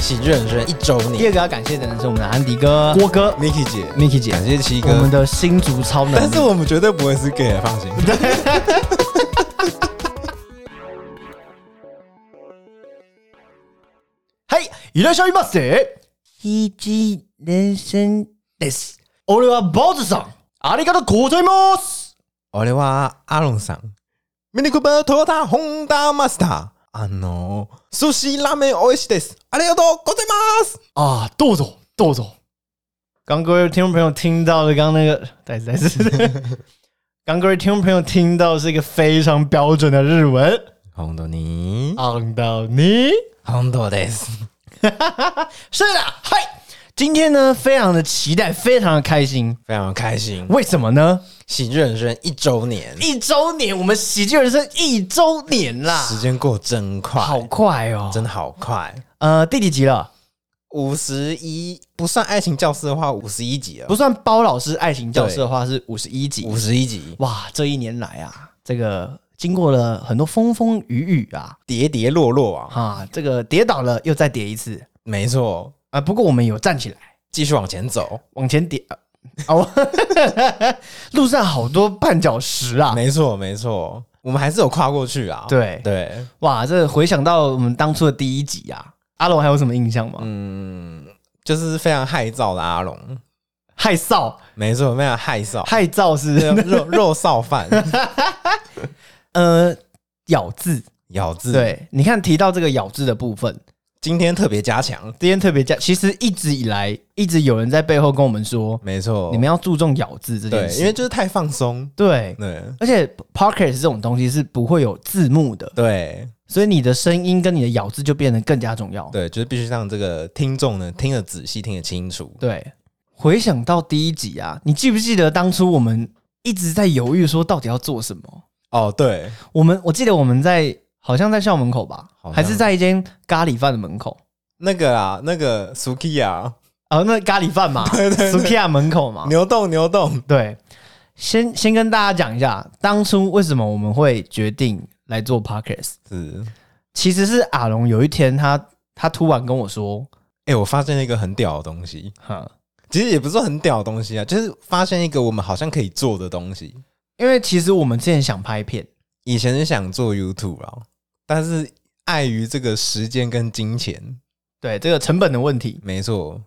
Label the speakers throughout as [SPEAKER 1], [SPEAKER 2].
[SPEAKER 1] 喜剧人生一周
[SPEAKER 2] 第
[SPEAKER 1] 年，
[SPEAKER 2] 二个要感谢的人是我们的安迪哥、
[SPEAKER 1] 郭哥
[SPEAKER 3] Miki 姐，
[SPEAKER 2] Miki 姐，
[SPEAKER 3] 感谢七
[SPEAKER 2] 我们
[SPEAKER 3] 哥，
[SPEAKER 2] 的新竹超能
[SPEAKER 3] 但
[SPEAKER 2] 力
[SPEAKER 3] 是。我们绝对不会是 gay，的 放心。
[SPEAKER 2] はい、いらっしゃいませ。
[SPEAKER 1] PG 人生
[SPEAKER 2] です。俺は坊主さん。ありがとうございます。
[SPEAKER 3] 我的话，阿龙桑，Mini Cooper Toyota Honda Master，あの寿司ラーメン美味しいです。ありがとうございます。
[SPEAKER 2] 啊，豆豆豆豆。刚各位听众朋友听到的，刚刚那个，再次再 次。刚各位听众朋友听到是一个非常标准的日文。
[SPEAKER 3] 本当に、
[SPEAKER 2] 昂到你。
[SPEAKER 3] 本当です。
[SPEAKER 2] 是的，嗨，今天呢，非常的期待，非常的开心。
[SPEAKER 3] 非常开心，
[SPEAKER 2] 为什么呢？
[SPEAKER 3] 喜剧人生一周年，
[SPEAKER 2] 一周年，我们喜剧人生一周年啦
[SPEAKER 3] 时，间过真快，
[SPEAKER 2] 好快哦！
[SPEAKER 3] 真的好快。
[SPEAKER 2] 呃，第几集了？
[SPEAKER 3] 五十一不算爱情教室的话，五十一集了，
[SPEAKER 2] 不算包老师爱情教室的话，是五十一集。
[SPEAKER 3] 五十一集，
[SPEAKER 2] 哇，这一年来啊，这个经过了很多风风雨雨啊，
[SPEAKER 3] 跌跌落落啊，
[SPEAKER 2] 啊，这个跌倒了又再跌一次
[SPEAKER 3] 没错，
[SPEAKER 2] 啊。不过我们有站起来，
[SPEAKER 3] 继续往前走，
[SPEAKER 2] 往前跌。啊哦， 路上好多绊脚石啊！
[SPEAKER 3] 没错没错，我们还是有跨过去啊，
[SPEAKER 2] 对
[SPEAKER 3] 对，
[SPEAKER 2] 哇，这回想到我们当初的第一集啊，阿龙还有什么印象吗？
[SPEAKER 3] 嗯，就是非常害臊的阿龙，
[SPEAKER 2] 害臊，
[SPEAKER 3] 没错，非常 害臊，
[SPEAKER 2] 害臊是
[SPEAKER 3] 肉肉肉 臊饭，
[SPEAKER 2] 呃咬字。
[SPEAKER 3] 咬字，，
[SPEAKER 2] 对，你看提到这个咬字的部分，
[SPEAKER 3] 今天特别加强，
[SPEAKER 2] 今天特别加，其实一直以来一直有人在背后跟我们说，
[SPEAKER 3] 没错，
[SPEAKER 2] 你们要注重咬字这件
[SPEAKER 3] 哦对，
[SPEAKER 2] 事，
[SPEAKER 3] 因为就是太放松，
[SPEAKER 2] 对，
[SPEAKER 3] 对
[SPEAKER 2] 而且 Pocket 这种东西是不会有字幕的，
[SPEAKER 3] 对
[SPEAKER 2] 所以你的声音跟你的咬字就变得更加重要。
[SPEAKER 3] 对，就是必须让这个听众呢听得仔细，听得清楚，
[SPEAKER 2] 对回想到第一集啊，你记不记得当初我们一直在犹豫说到底要做什么？
[SPEAKER 3] 哦，对，
[SPEAKER 2] 我们我记得我们在好像在校门口吧
[SPEAKER 3] 好，像
[SPEAKER 2] 还是在一间咖喱饭的门口
[SPEAKER 3] 那个啊，那个 Suki 啊，
[SPEAKER 2] 啊？那咖喱饭 嘛 s u k i a 门口嘛，
[SPEAKER 3] 牛洞牛洞，
[SPEAKER 2] 对，先先跟大家讲一下，当初为什么我们会决定来做 podcast，
[SPEAKER 3] 是，
[SPEAKER 2] 其实是阿龙有一天他他突然跟我说，
[SPEAKER 3] 哎、我发现了一个很屌的东西，
[SPEAKER 2] 哈，
[SPEAKER 3] 其实也不是很屌的东西啊，就是发现一个我们好像可以做的东西。
[SPEAKER 2] 因为其实我们之前想拍片，
[SPEAKER 3] 以前是想做 YouTube 啊，但是碍于这个时间跟金钱，
[SPEAKER 2] 对这个成本的问题，
[SPEAKER 3] 没错，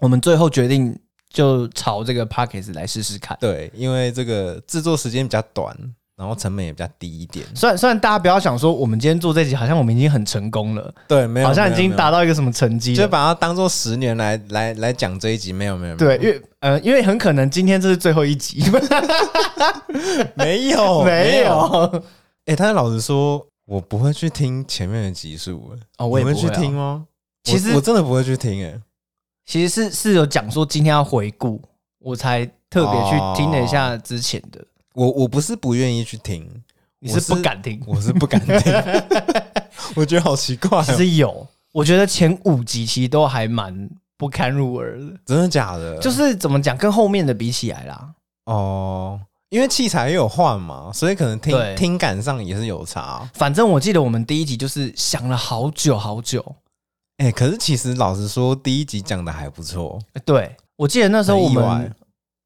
[SPEAKER 2] 我们最后决定就朝这个 podcast 来试试看。
[SPEAKER 3] 对，因为这个制作时间比较短，然后成本也比较低一点。
[SPEAKER 2] 虽然虽然大家不要想说我们今天做这集好像我们已经很成功了，
[SPEAKER 3] 对，没有，
[SPEAKER 2] 好像已经达
[SPEAKER 3] 到，
[SPEAKER 2] 到一个什么成绩
[SPEAKER 3] 就
[SPEAKER 2] 了，
[SPEAKER 3] 把它当做十年来来来讲这一集，没有没有，没
[SPEAKER 2] 对，
[SPEAKER 3] 有
[SPEAKER 2] 因为呃，因为很可能今天这是最后一集，
[SPEAKER 3] 哦没有
[SPEAKER 2] 没有。
[SPEAKER 3] 哎、但是老实说，我不会去听前面的集数，哎
[SPEAKER 2] 哦我也
[SPEAKER 3] 你会
[SPEAKER 2] 不会
[SPEAKER 3] 去
[SPEAKER 2] 啊
[SPEAKER 3] 听吗？
[SPEAKER 2] 其实
[SPEAKER 3] 我我真的不会去听，哎，
[SPEAKER 2] 其实是是有讲说今天要回顾，我才特别去听了一下之前的。
[SPEAKER 3] 我我不是不愿意去听，
[SPEAKER 2] 你
[SPEAKER 3] 哦我
[SPEAKER 2] 是不敢听？
[SPEAKER 3] 我是不敢 听，我觉得好奇怪、
[SPEAKER 2] 其
[SPEAKER 3] 哦，
[SPEAKER 2] 实有，我觉得前五集其实都还蛮不堪入耳的，
[SPEAKER 3] 真的假的？
[SPEAKER 2] 就是怎么讲，跟后面的比起来啦，
[SPEAKER 3] 哦，因为器材也有换嘛，所以可能听
[SPEAKER 2] 对
[SPEAKER 3] 听感上也是有差。
[SPEAKER 2] 反正我记得我们第一集就是想了好久好久。
[SPEAKER 3] 哎、可是其实老实说，第一集讲的还不错，
[SPEAKER 2] 呃对，我记得那时候我
[SPEAKER 3] 很意
[SPEAKER 2] 们
[SPEAKER 3] 外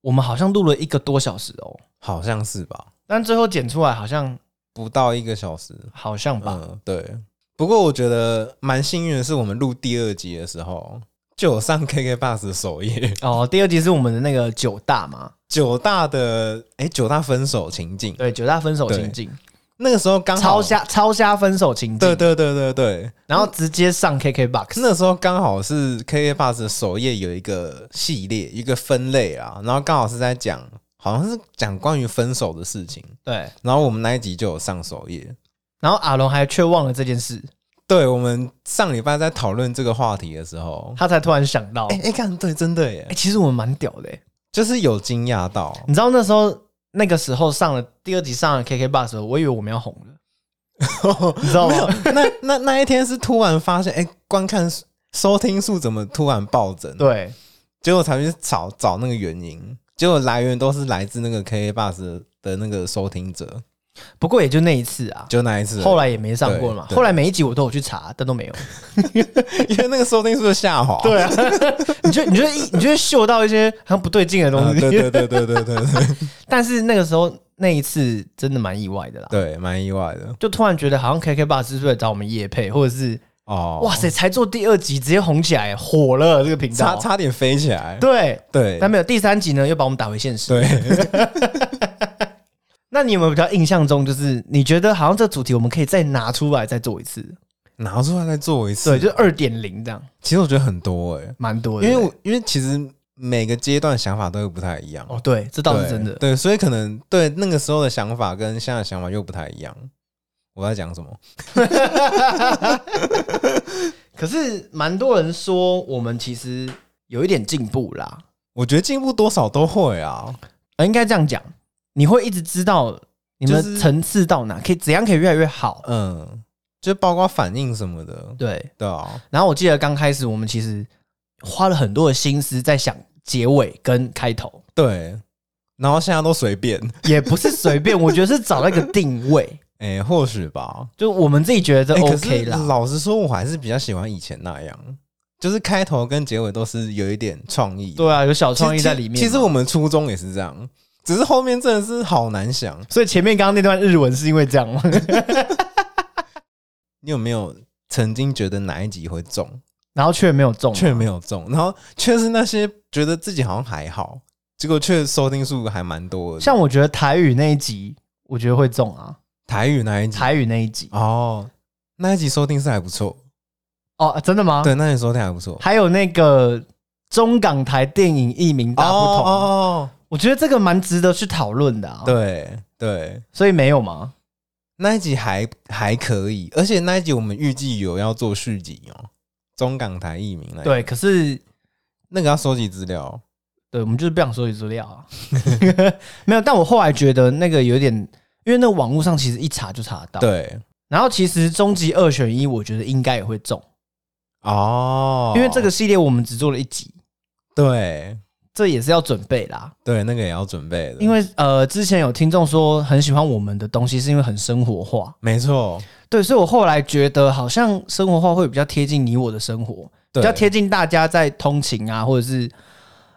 [SPEAKER 2] 我们好像录了一个多小时哦，
[SPEAKER 3] 好像是吧？
[SPEAKER 2] 但最后剪出来好像
[SPEAKER 3] 不到一个小时，
[SPEAKER 2] 好像吧，
[SPEAKER 3] 嗯，对。不过我觉得蛮幸运的是，我们录第二集的时候就有上 KK Bus 的首页，
[SPEAKER 2] 哦，第二集是我们的那个九大嘛，
[SPEAKER 3] 九大的哎、九大分手情境，
[SPEAKER 2] 对，九大分手
[SPEAKER 3] 对
[SPEAKER 2] 情境，
[SPEAKER 3] 那个时候刚好
[SPEAKER 2] 超，虾超虾分手情境，
[SPEAKER 3] 对对对对对，
[SPEAKER 2] 然后直接上 KKBOX。
[SPEAKER 3] 那时候刚好是 KK Bus 的首页有一个系列，一个分类啊，然后刚好是在讲，好像是讲关于分手的事情，
[SPEAKER 2] 对，
[SPEAKER 3] 然后我们那一集就有上首页。
[SPEAKER 2] 然后阿龙还却忘了这件事，
[SPEAKER 3] 对，我们上礼拜在讨论这个话题的时候，
[SPEAKER 2] 他才突然想到，哎、
[SPEAKER 3] 哎哎，看、对，真的耶，
[SPEAKER 2] 其实我们蛮屌的、欸，
[SPEAKER 3] 就是有惊讶到，
[SPEAKER 2] 你知道那时候那个时候上了第二集上了 KKBOX，我以为我们要红了， 你知道
[SPEAKER 3] 没有
[SPEAKER 2] 吗？？
[SPEAKER 3] 那那那一天是突然发现，哎、观看数收听数怎么突然暴增？，
[SPEAKER 2] 对，
[SPEAKER 3] 结果才去找找那个原因，结果来源都是来自那个 KK Bus 的那个收听者。
[SPEAKER 2] 不过也就那一次啊，
[SPEAKER 3] 就那一次而已。
[SPEAKER 2] 后来也没上过了嘛。
[SPEAKER 3] 对对
[SPEAKER 2] 后来每一集我都有去查，但都 没有。
[SPEAKER 3] 因为那个收听数下滑。
[SPEAKER 2] 对啊， 你就你就一你就会嗅到一些好像不对劲的
[SPEAKER 3] 啊
[SPEAKER 2] 东西。
[SPEAKER 3] 对对对对对对对
[SPEAKER 2] 但是那个时候那一次真的蛮意外的啦，
[SPEAKER 3] 对，蛮意外的
[SPEAKER 2] 就突然觉得好像 KK Bus 是不是来找我们夜配，或者是
[SPEAKER 3] 哦。
[SPEAKER 2] 哇，塞，才做第二集直接红起来，火了这个频
[SPEAKER 3] 差
[SPEAKER 2] 道。
[SPEAKER 3] 差点飞起来。
[SPEAKER 2] 对，
[SPEAKER 3] 对
[SPEAKER 2] 但没有第三集呢，又把我们打回现实。
[SPEAKER 3] 对，
[SPEAKER 2] 那你有没有比较印象中，就是你觉得好像这主题我们可以再拿出来再做一次？
[SPEAKER 3] 拿出来再做一次。
[SPEAKER 2] 对，就是二点零这样，
[SPEAKER 3] 其实我觉得很多哎、
[SPEAKER 2] 蛮多的。
[SPEAKER 3] 因为
[SPEAKER 2] 对
[SPEAKER 3] 我因为其实每个阶段想法都会不太一样。
[SPEAKER 2] 哦，对，这倒是真的。
[SPEAKER 3] 对，对所以可能对那个时候的想法跟现在的想法又不太一样。我在讲什么？
[SPEAKER 2] 可是蛮多人说我们其实有一点进步啦，
[SPEAKER 3] 我觉得进步多少都会啊。
[SPEAKER 2] 呃，应该这样讲，你会一直知道你们
[SPEAKER 3] 就是
[SPEAKER 2] 的层次到哪，可以怎样可以越来越好。
[SPEAKER 3] 嗯，就包括反应什么的。
[SPEAKER 2] 对，
[SPEAKER 3] 对啊，
[SPEAKER 2] 然后我记得刚开始我们其实花了很多的心思在想结尾跟开头，
[SPEAKER 3] 对。然后现在都随便，
[SPEAKER 2] 也不是随便，我觉得是找到一个定位，
[SPEAKER 3] 哎、或许吧。
[SPEAKER 2] 就我们自己觉得
[SPEAKER 3] 哎可
[SPEAKER 2] OK
[SPEAKER 3] 是
[SPEAKER 2] 啦。
[SPEAKER 3] 老实说，我还是比较喜欢以前那样，就是开头跟结尾都是有一点创意。
[SPEAKER 2] 对啊，有小
[SPEAKER 3] 其实，
[SPEAKER 2] 创意在里面嘛。
[SPEAKER 3] 其实我们初衷也是这样，只是后面真的是好难想。
[SPEAKER 2] 所以前面刚刚那段日文是因为这样 吗？
[SPEAKER 3] 你有没有曾经觉得哪一集会中，
[SPEAKER 2] 然后却没有中，
[SPEAKER 3] 却没有中，然后却是那些觉得自己好像还好，结果却收听数还蛮多的。
[SPEAKER 2] 像我觉得台语那一集，我觉得会中啊。
[SPEAKER 3] 台语那一集，
[SPEAKER 2] 台语那一集
[SPEAKER 3] 哦，那一集收听是还不错，
[SPEAKER 2] 哦，真的吗？
[SPEAKER 3] 对，那一集收听还不错。
[SPEAKER 2] 还有那个中港台电影译名大不同，
[SPEAKER 3] 哦，
[SPEAKER 2] 我觉得这个蛮值得去讨论的啊。，
[SPEAKER 3] 对对，
[SPEAKER 2] 所以没有吗？
[SPEAKER 3] 那一集还还可以，而且那一集我们预计有要做续集哦，中港台译名那一集，
[SPEAKER 2] 对，可是
[SPEAKER 3] 那个要收集资料。
[SPEAKER 2] 对我们就是不想收集资料啊。 没有，但我后来觉得那个有点，因为那网络上其实一查就查得到。，
[SPEAKER 3] 对，
[SPEAKER 2] 然后其实终极二选一，我觉得应该也会中，
[SPEAKER 3] 哦，
[SPEAKER 2] 因为这个系列我们只做了一集，
[SPEAKER 3] 对
[SPEAKER 2] 这也是要准备啦。
[SPEAKER 3] 对，那个也要准备的，
[SPEAKER 2] 因为呃，之前有听众说很喜欢我们的东西，是因为很生活化。
[SPEAKER 3] 没错，
[SPEAKER 2] 对，所以我后来觉得好像生活化会比较贴近你我的生活，比
[SPEAKER 3] 对
[SPEAKER 2] 较贴近大家在通勤啊，或者是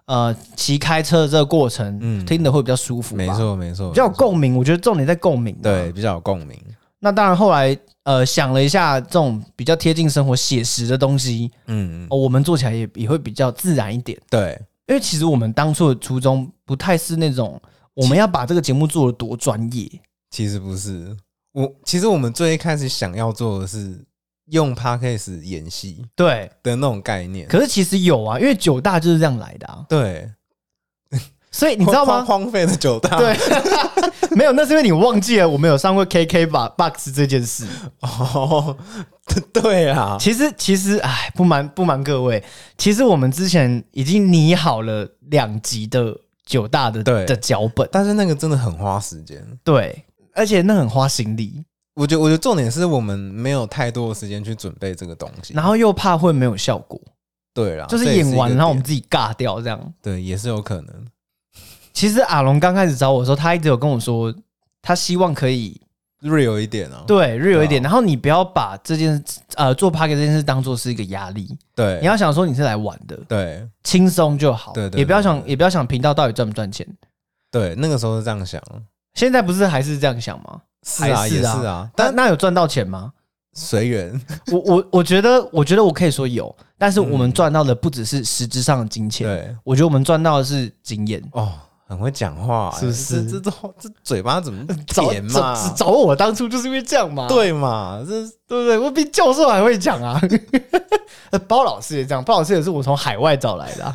[SPEAKER 2] 呃骑开车的这个过程，
[SPEAKER 3] 嗯
[SPEAKER 2] 听的会比较舒服，
[SPEAKER 3] 没，错，没错，
[SPEAKER 2] 比较有
[SPEAKER 3] 没错，
[SPEAKER 2] 共鸣。我啊觉得重点在共鸣、
[SPEAKER 3] 对，，比较有共鸣。
[SPEAKER 2] 那当然后来呃想了一下，这种比较贴近生活写实的东西，
[SPEAKER 3] 嗯，
[SPEAKER 2] 哦，我们做起来也也会比较自然一点。
[SPEAKER 3] 对，
[SPEAKER 2] 因为其实我们当初的初衷不太是那种我们要把这个节目做的多专业，
[SPEAKER 3] 其实不是我，其实我们最一开始想要做的是用 podcast 演戏
[SPEAKER 2] 对。
[SPEAKER 3] 的那种概念，
[SPEAKER 2] 可是其实有啊，因为九大就是这样来的啊，
[SPEAKER 3] 对，
[SPEAKER 2] 所以你知道吗
[SPEAKER 3] 荒？荒废的九大，
[SPEAKER 2] 对，没有，那是因为你忘记了我们有上过 KK 吧 Box 这件事。
[SPEAKER 3] 哦， 对啊，
[SPEAKER 2] 其实，其实，哎，不瞒不瞒各位，其实我们之前已经拟好了两集的九大的
[SPEAKER 3] 对
[SPEAKER 2] 的脚本，
[SPEAKER 3] 但是那个真的很花时间。
[SPEAKER 2] 对，而且那很花心力，
[SPEAKER 3] 我觉得，我觉得重点是我们没有太多的时间去准备这个东西。
[SPEAKER 2] 然后又怕会没有效果，
[SPEAKER 3] 对啦，
[SPEAKER 2] 就
[SPEAKER 3] 啊这
[SPEAKER 2] 是
[SPEAKER 3] 也
[SPEAKER 2] 演
[SPEAKER 3] 一
[SPEAKER 2] 完
[SPEAKER 3] 个
[SPEAKER 2] 然后我们
[SPEAKER 3] 点
[SPEAKER 2] 自己尬掉这样。
[SPEAKER 3] 对也是有可能。
[SPEAKER 2] 其实阿龙刚开始找我的时候，他一直有跟我说，他希望可以
[SPEAKER 3] real 一点哦、
[SPEAKER 2] 对 real 一点，
[SPEAKER 3] 对啊
[SPEAKER 2] 然后你不要把这件呃做 p a r k 这件事当做是一个压力，
[SPEAKER 3] 对，
[SPEAKER 2] 你要想说你是来玩的，
[SPEAKER 3] 对
[SPEAKER 2] 轻松就好，
[SPEAKER 3] 对对
[SPEAKER 2] 也不要想
[SPEAKER 3] 对
[SPEAKER 2] 也不要想频道到底赚不赚钱。
[SPEAKER 3] 对，那个时候是这样想，
[SPEAKER 2] 现在不是还是这样想吗？
[SPEAKER 3] 是啊，
[SPEAKER 2] 还是
[SPEAKER 3] 也是
[SPEAKER 2] 啊
[SPEAKER 3] 啊，
[SPEAKER 2] 但
[SPEAKER 3] 但
[SPEAKER 2] 那有赚到钱吗？
[SPEAKER 3] 随缘，
[SPEAKER 2] 我我 我觉得，我觉得我可以说有，但是我们赚到的不只是实质上的金钱，
[SPEAKER 3] 嗯对，
[SPEAKER 2] 我觉得我们赚到的是经验。
[SPEAKER 3] 哦，很会讲话欸，
[SPEAKER 2] 是不是
[SPEAKER 3] 这这这这嘴巴怎么
[SPEAKER 2] 找
[SPEAKER 3] 甜
[SPEAKER 2] 找
[SPEAKER 3] 嘛？
[SPEAKER 2] 找我当初就是因为这样嘛，
[SPEAKER 3] 对嘛？这
[SPEAKER 2] 对不对？我比教授还会讲啊。 呃包老师也这样，包老师也是我从海外找来的 啊、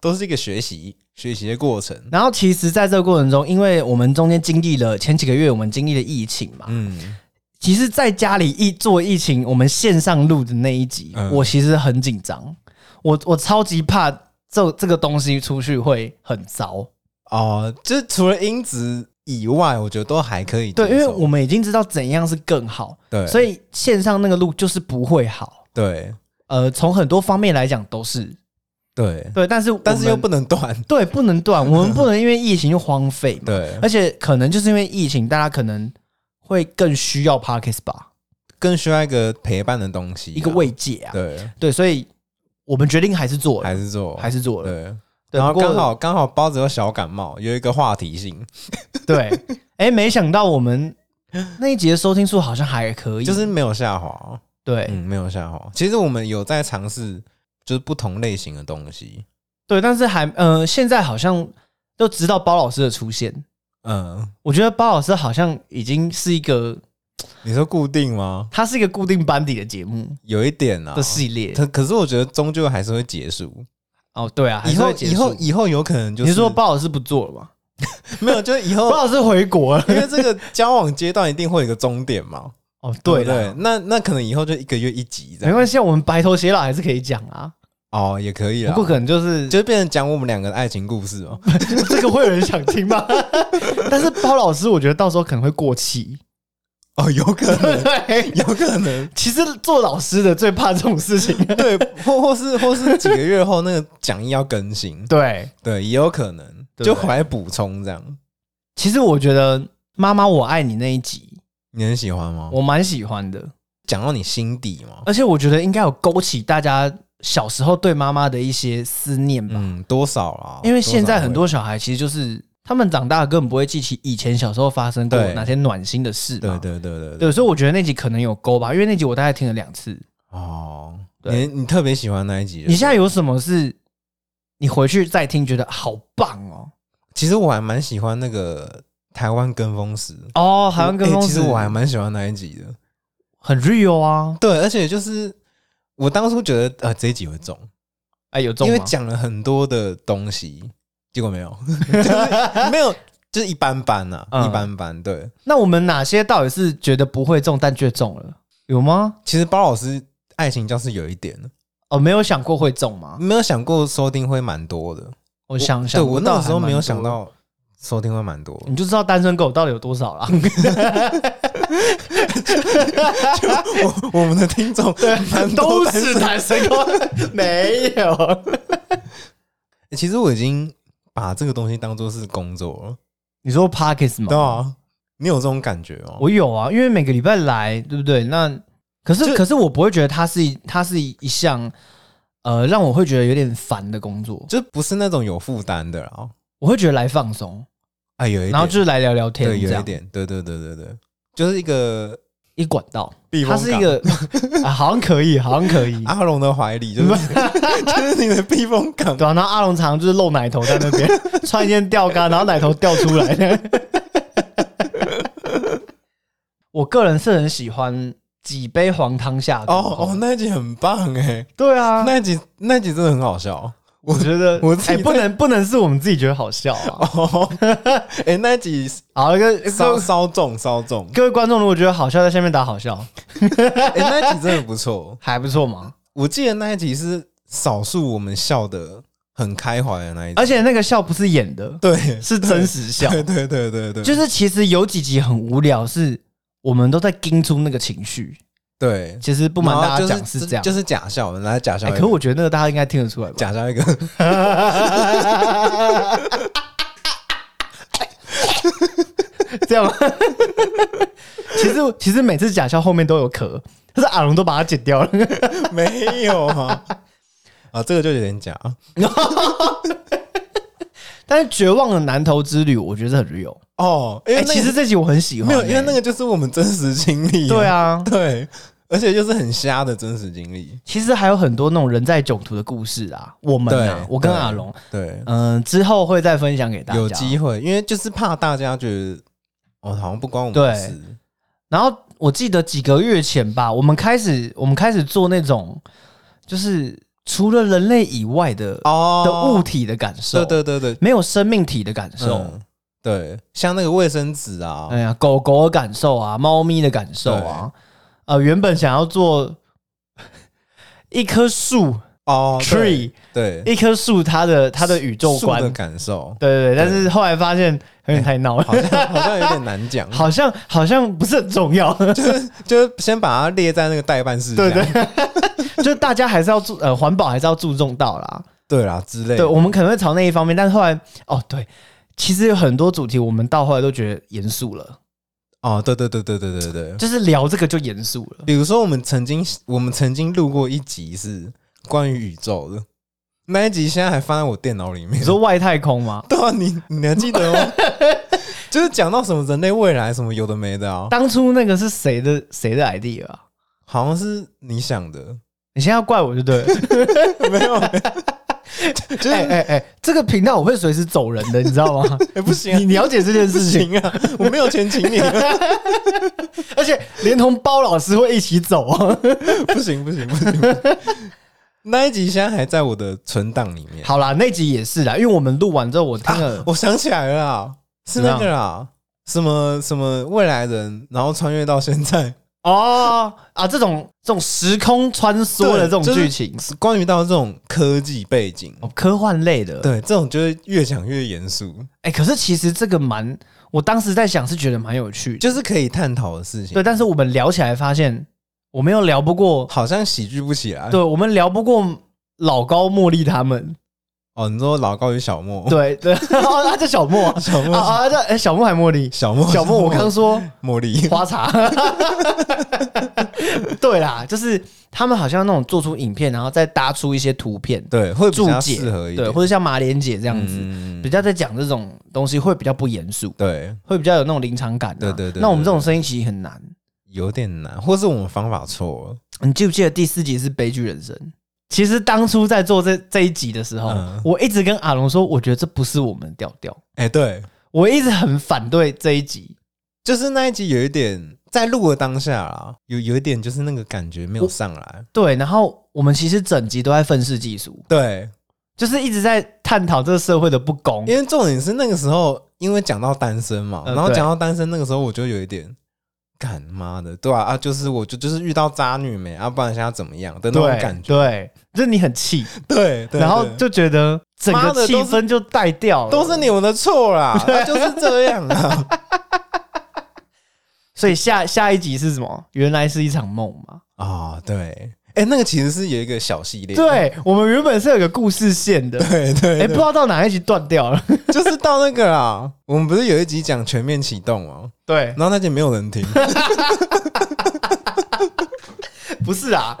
[SPEAKER 3] 都是一个学习学习的过程。
[SPEAKER 2] 然后其实，在这个过程中，因为我们中间经历了前几个月，我们经历了疫情嘛，
[SPEAKER 3] 嗯，
[SPEAKER 2] 其实，在家里一做疫情，我们线上录的那一集，
[SPEAKER 3] 嗯
[SPEAKER 2] 我其实很紧张，我我超级怕这这个东西出去会很糟。
[SPEAKER 3] 哦，就是除了音质以外，我觉得都还可以接受。
[SPEAKER 2] 对，因为我们已经知道怎样是更好，
[SPEAKER 3] 对，
[SPEAKER 2] 所
[SPEAKER 3] 以
[SPEAKER 2] 以线上那个录就是不会好。
[SPEAKER 3] 对
[SPEAKER 2] 呃，从很多方面来讲都是，
[SPEAKER 3] 对，
[SPEAKER 2] 对，但是
[SPEAKER 3] 但是又
[SPEAKER 2] 不
[SPEAKER 3] 不能断，
[SPEAKER 2] 对不能 断，我们不能因为疫情就荒废嘛。
[SPEAKER 3] 对，
[SPEAKER 2] 而且可能就是因为疫情，大家可能会更需要 Parkes 吧，
[SPEAKER 3] 更需要一个陪伴的东西啊，
[SPEAKER 2] 一个慰藉啊。
[SPEAKER 3] 对，
[SPEAKER 2] 对，所以我们决定还是做了，
[SPEAKER 3] 还是做，
[SPEAKER 2] 还是做了。
[SPEAKER 3] 对。
[SPEAKER 2] 对
[SPEAKER 3] 然后
[SPEAKER 2] 不过
[SPEAKER 3] 刚好刚好包子有小感冒，有一个话题性，
[SPEAKER 2] 对，哎，没想到我 们那一集的收听数好像还可以，
[SPEAKER 3] 就是没有下滑，
[SPEAKER 2] 对
[SPEAKER 3] 嗯，没有下滑。其实我们有在尝试，就是不同类型的东西，
[SPEAKER 2] 对，但是还呃，现在好像都知道包老师的出现，
[SPEAKER 3] 嗯，
[SPEAKER 2] 我觉得包老师好像已经是一个，
[SPEAKER 3] 你说固定吗？
[SPEAKER 2] 它是一个固定班底的节目
[SPEAKER 3] 有一点啊
[SPEAKER 2] 的，系列。
[SPEAKER 3] 可可是我觉得终究还是会结束，
[SPEAKER 2] 哦，对啊，还
[SPEAKER 3] 以
[SPEAKER 2] 是
[SPEAKER 3] 后
[SPEAKER 2] 会结束
[SPEAKER 3] 以后以后有可能就是哦
[SPEAKER 2] 你说包老师不做了吗？
[SPEAKER 3] 没有，就是以
[SPEAKER 2] 包
[SPEAKER 3] 后
[SPEAKER 2] 老师回国了。
[SPEAKER 3] 因为这个交往阶段一定会有一个终点嘛，
[SPEAKER 2] 哦，
[SPEAKER 3] 对
[SPEAKER 2] 对
[SPEAKER 3] 不
[SPEAKER 2] 了，
[SPEAKER 3] 对，那那可能以后就一个月一集这
[SPEAKER 2] 没
[SPEAKER 3] 样，
[SPEAKER 2] 关系啊，我们白头偕老还是可以讲啊。
[SPEAKER 3] 哦，也可以
[SPEAKER 2] 不
[SPEAKER 3] 啊
[SPEAKER 2] 过，可能就是
[SPEAKER 3] 就变成讲我们两个的爱情故事哦，
[SPEAKER 2] 这个会有人想听吗？但是包老师，我觉得到时候可能会过气。
[SPEAKER 3] 哦，有可能，
[SPEAKER 2] 对，
[SPEAKER 3] 有可能。
[SPEAKER 2] 其实做老师的最怕这种事情。
[SPEAKER 3] 对，或或是或是几个月后那个讲义要更新，
[SPEAKER 2] 对，
[SPEAKER 3] 对，也有可能
[SPEAKER 2] 对
[SPEAKER 3] 就回来补充这样。
[SPEAKER 2] 其实我觉得《妈妈我爱你》那一集
[SPEAKER 3] 你很喜欢吗？
[SPEAKER 2] 我蛮喜欢的，
[SPEAKER 3] 讲到你心底吗？
[SPEAKER 2] 而且我觉得应该有勾起大家小时候对妈妈的一些思念吧。
[SPEAKER 3] 嗯，多少啊？
[SPEAKER 2] 因为现在很
[SPEAKER 3] 少
[SPEAKER 2] 多小孩其实就是他们长大了根本不会记起以前小时候发生过
[SPEAKER 3] 对
[SPEAKER 2] 哪些暖心的事嘛。
[SPEAKER 3] 会，对对对对对，
[SPEAKER 2] 对，所以我觉得那集可能有勾吧，因为那集我大概听了两次。
[SPEAKER 3] 哦，你
[SPEAKER 2] 对
[SPEAKER 3] 你特别喜欢那一集？
[SPEAKER 2] 你现在有什么是你回去再听觉得好棒哦？
[SPEAKER 3] 其实我还蛮喜欢那个台湾跟风时，
[SPEAKER 2] 哦，台湾跟风
[SPEAKER 3] 欸
[SPEAKER 2] 是、
[SPEAKER 3] 其实我还蛮喜欢那一集的。
[SPEAKER 2] 很 real 啊，
[SPEAKER 3] 对，而且就是我当初觉得呃这一集会中，
[SPEAKER 2] 哎，有中
[SPEAKER 3] 因为
[SPEAKER 2] 吗
[SPEAKER 3] 讲了很多的东西，结果没 有，就是没有，就是一般般呐、
[SPEAKER 2] 嗯
[SPEAKER 3] 一般般。对，
[SPEAKER 2] 那我们哪些到底是觉得不会中但却中了？有吗？
[SPEAKER 3] 其实包老师爱情教室有一点，啊
[SPEAKER 2] 哦，没有想过会中吗？
[SPEAKER 3] 没有想过收听会蛮多的。
[SPEAKER 2] 我想想
[SPEAKER 3] 对
[SPEAKER 2] 不到，
[SPEAKER 3] 我那个时候
[SPEAKER 2] 还蛮
[SPEAKER 3] 没有想
[SPEAKER 2] 多
[SPEAKER 3] 到收听会蛮多
[SPEAKER 2] 的，，你就知道单身狗到底有多少了。
[SPEAKER 3] 我我们的听 众蛮
[SPEAKER 2] 都
[SPEAKER 3] 多单
[SPEAKER 2] 是
[SPEAKER 3] 身
[SPEAKER 2] 单身狗， 没有。
[SPEAKER 3] 欸其实我已经把这个东西当做是工作了，
[SPEAKER 2] 你说 Parkes
[SPEAKER 3] 对
[SPEAKER 2] 吗？
[SPEAKER 3] 啊，你有这种感觉哦？
[SPEAKER 2] 我有啊，因为每个礼拜来，对不对？那可是
[SPEAKER 3] 就
[SPEAKER 2] 可是我不会觉得它是一它是一项呃让我会觉得有点烦的工作，
[SPEAKER 3] 就不是那种有负担的啦，哦
[SPEAKER 2] 我会觉得来放松，
[SPEAKER 3] 啊，有一点，
[SPEAKER 2] 然后就是来聊聊天，
[SPEAKER 3] 对，
[SPEAKER 2] 这
[SPEAKER 3] 有一
[SPEAKER 2] 样
[SPEAKER 3] 点，对对对对对，就是一个
[SPEAKER 2] 一管道
[SPEAKER 3] 避，风
[SPEAKER 2] 它
[SPEAKER 3] 港啊
[SPEAKER 2] 是一个、 啊、好像可以，好像可以，
[SPEAKER 3] 阿龙的 怀里，就是 就是你的避风港。
[SPEAKER 2] 对啊，然后阿龙常常就是露奶头在那 边穿一件吊杆，然后奶头掉出来。我个人是很喜欢几杯黄汤下肚
[SPEAKER 3] 哦哦，，那一集很棒哎，
[SPEAKER 2] 对啊，
[SPEAKER 3] 那一集那一集真的很好笑
[SPEAKER 2] 我觉得
[SPEAKER 3] 我自己
[SPEAKER 2] 哎
[SPEAKER 3] 在
[SPEAKER 2] 不能不能是我们自己觉得好笑 啊。
[SPEAKER 3] 哦。哎，那一集
[SPEAKER 2] 好，各
[SPEAKER 3] 稍
[SPEAKER 2] 各
[SPEAKER 3] 稍重稍重，
[SPEAKER 2] 各位观众如果觉得好笑，在下面打好笑，
[SPEAKER 3] 哎，那一集真的不错。
[SPEAKER 2] 还不错嘛。
[SPEAKER 3] 我记得那一集是少数我们笑的很开怀的那一集，
[SPEAKER 2] 而且那个笑不是演的，
[SPEAKER 3] 对，
[SPEAKER 2] 是真实笑。
[SPEAKER 3] 对对对对对，
[SPEAKER 2] 就是其实有几集很无聊，是我们都在盯出那个情绪。
[SPEAKER 3] 对，
[SPEAKER 2] 其实不瞒
[SPEAKER 3] 然
[SPEAKER 2] 大
[SPEAKER 3] 后
[SPEAKER 2] 家
[SPEAKER 3] 就是
[SPEAKER 2] 讲是这样，
[SPEAKER 3] 就是假笑，来假笑
[SPEAKER 2] 哎、
[SPEAKER 3] 一个，
[SPEAKER 2] 可我觉得那个大家应该听得出来吧？
[SPEAKER 3] 假笑一个，
[SPEAKER 2] 这样吗？ 其实其实每次假笑后面都有壳，但是阿龙都把它剪掉了。
[SPEAKER 3] 没有啊，啊，这个就有点假，
[SPEAKER 2] 但是绝望的南投之旅，我觉得很 real。
[SPEAKER 3] 哦，因
[SPEAKER 2] 哎、
[SPEAKER 3] 为那个
[SPEAKER 2] 其实这集我很喜欢、哎
[SPEAKER 3] 没有，因为那
[SPEAKER 2] 个
[SPEAKER 3] 个就是我们真实经历，
[SPEAKER 2] 对，啊，
[SPEAKER 3] 对，而且就是很瞎的真实经历，
[SPEAKER 2] 其实还有很多那种人在囧途的故事啊。我们啊
[SPEAKER 3] 对，，
[SPEAKER 2] 我跟
[SPEAKER 3] 对
[SPEAKER 2] 阿龙，，
[SPEAKER 3] 对，
[SPEAKER 2] 嗯、之后会再分享给大家。
[SPEAKER 3] 有机会，因为就是怕大家觉得哦，好像不关我们的
[SPEAKER 2] 对
[SPEAKER 3] 事，
[SPEAKER 2] 然后我记得几个月前吧，我们开始我们开始做那种就是除了人类以外的、
[SPEAKER 3] 哦
[SPEAKER 2] 的物，体的感受，
[SPEAKER 3] 对对对对，
[SPEAKER 2] 没有生命体的感受。
[SPEAKER 3] 嗯对，像那个卫生纸啊，
[SPEAKER 2] 哎呀，狗狗的感受啊，猫咪的感受啊，呃，原本想要做一棵树
[SPEAKER 3] 哦
[SPEAKER 2] tree，
[SPEAKER 3] 对，对
[SPEAKER 2] 一棵树它的它的宇宙
[SPEAKER 3] 树
[SPEAKER 2] 观
[SPEAKER 3] 的，感受，
[SPEAKER 2] 对对对，但是后来发现有点太闹了，
[SPEAKER 3] 好像好像有点难讲，
[SPEAKER 2] 好像好像不是很重 要，
[SPEAKER 3] 就是先把它列在那个代办事项，
[SPEAKER 2] 对对，就是大家还是要注呃环保还是要注重到啦，
[SPEAKER 3] 对啦之类
[SPEAKER 2] 对，
[SPEAKER 3] 的。
[SPEAKER 2] 我们可能会朝那一方面，但是后来哦，对，其实有很多主题我们到后来都觉得严肃了，
[SPEAKER 3] 哦，对对对对对对对。
[SPEAKER 2] 就是聊这个就严肃了。
[SPEAKER 3] 比如说，我们曾经我们曾经录过一集是关于宇宙的，那一集现在还放在我电脑里面
[SPEAKER 2] 你。说外太空吗？
[SPEAKER 3] 对啊，你你还记得 吗？就是讲到什么人类未来什么有的没的啊，
[SPEAKER 2] 当初那个是谁的谁的 idea 啊？
[SPEAKER 3] 好像是你想的，
[SPEAKER 2] 你现在要怪我就对了。
[SPEAKER 3] 没有？没有就是
[SPEAKER 2] 哎哎哎，这个频道我会随时走人的，你知道吗？
[SPEAKER 3] 哎 不行啊
[SPEAKER 2] 你了解这件
[SPEAKER 3] 不
[SPEAKER 2] 事情，
[SPEAKER 3] 行啊，我没有钱请你，啊
[SPEAKER 2] 而且连同包老师会一起走啊。
[SPEAKER 3] 不行不行不行。不行那一集现在还在我的存档里面。
[SPEAKER 2] 好啦，那集也是啦，因为我们录完之后，我听了
[SPEAKER 3] 啊，我想起来了啊，是那个啦，什么什么未来人，然后穿越到现在，
[SPEAKER 2] 哦啊，这种这种时空穿梭的这种
[SPEAKER 3] 对就
[SPEAKER 2] 剧
[SPEAKER 3] 是
[SPEAKER 2] 情，
[SPEAKER 3] 关于到这种科技背景，
[SPEAKER 2] 哦，科幻类的，
[SPEAKER 3] 对，这种就会越讲越严肃，
[SPEAKER 2] 哎、可是其实这个蛮，我当时在想是觉得蛮有趣的，
[SPEAKER 3] 就是可以探讨的事情。
[SPEAKER 2] 对，但是我们聊起来发现，我们又聊不过，
[SPEAKER 3] 好像喜剧不起来。
[SPEAKER 2] 对我们聊不过老高、茉莉他们，
[SPEAKER 3] 哦，你说老高与小莫，
[SPEAKER 2] 对 对，哦，那叫小莫啊，
[SPEAKER 3] 小莫
[SPEAKER 2] 啊啊，叫、哎小莫还茉莉，
[SPEAKER 3] 小莫，
[SPEAKER 2] 小莫，我刚说
[SPEAKER 3] 茉莉，
[SPEAKER 2] 花茶，对啦，就是他们好像那种做出影片，然后再搭出一些图片，
[SPEAKER 3] 对，会比
[SPEAKER 2] 注
[SPEAKER 3] 较
[SPEAKER 2] 解
[SPEAKER 3] 适合一点，嗯
[SPEAKER 2] 对，或者像马莲姐这
[SPEAKER 3] 这
[SPEAKER 2] 样子，比较在讲这种东西会比较不严肃。
[SPEAKER 3] 对，
[SPEAKER 2] 会比较有那种临场感、啊。
[SPEAKER 3] 对对对
[SPEAKER 2] 那我们这种声音其实很难。
[SPEAKER 3] 有点难，或是我们方法错
[SPEAKER 2] 你记不记得第四集是悲剧人生？其实当初在做这这一集的时候，
[SPEAKER 3] 嗯
[SPEAKER 2] 我一直跟阿龙说，我觉得这不是我们的调调，
[SPEAKER 3] 了。哎，对，
[SPEAKER 2] 我一直很反对这一集。
[SPEAKER 3] 就是那一集有一点在录的当下啦，有有一点就是那个感觉没有上来。
[SPEAKER 2] 对，然后我们其实整集都在愤世嫉俗，
[SPEAKER 3] 对，
[SPEAKER 2] 就是一直在探讨这个社会的不公。
[SPEAKER 3] 因为重点是那个时候，因为讲到单身嘛，
[SPEAKER 2] 呃
[SPEAKER 3] 然后
[SPEAKER 2] 对
[SPEAKER 3] 讲到单身那个时候，我就有一点。干妈的，对啊，啊，就是我就就是遇到渣女没啊，不然现在怎么样的那种
[SPEAKER 2] 对
[SPEAKER 3] 感觉，
[SPEAKER 2] 对，就是你很气，
[SPEAKER 3] 对， 对
[SPEAKER 2] 然后
[SPEAKER 3] 对
[SPEAKER 2] 就觉得整
[SPEAKER 3] 妈
[SPEAKER 2] 个
[SPEAKER 3] 的
[SPEAKER 2] 气
[SPEAKER 3] 都是
[SPEAKER 2] 氛就带掉了，
[SPEAKER 3] 都是。你们的错啦，那就是这 样啊。
[SPEAKER 2] 所以下下一集是什么？原来是一场梦嘛。
[SPEAKER 3] 啊、对，哎、那个其实是有一个小系列，
[SPEAKER 2] 对我们原本是有个故事线的，
[SPEAKER 3] 对
[SPEAKER 2] 哎、
[SPEAKER 3] 对
[SPEAKER 2] 不知道到哪一集断掉 了。
[SPEAKER 3] 对就是到那个啦。我们不是有一集讲全面启动吗？
[SPEAKER 2] 对，
[SPEAKER 3] 然后那集没有 人听，
[SPEAKER 2] 不是啊，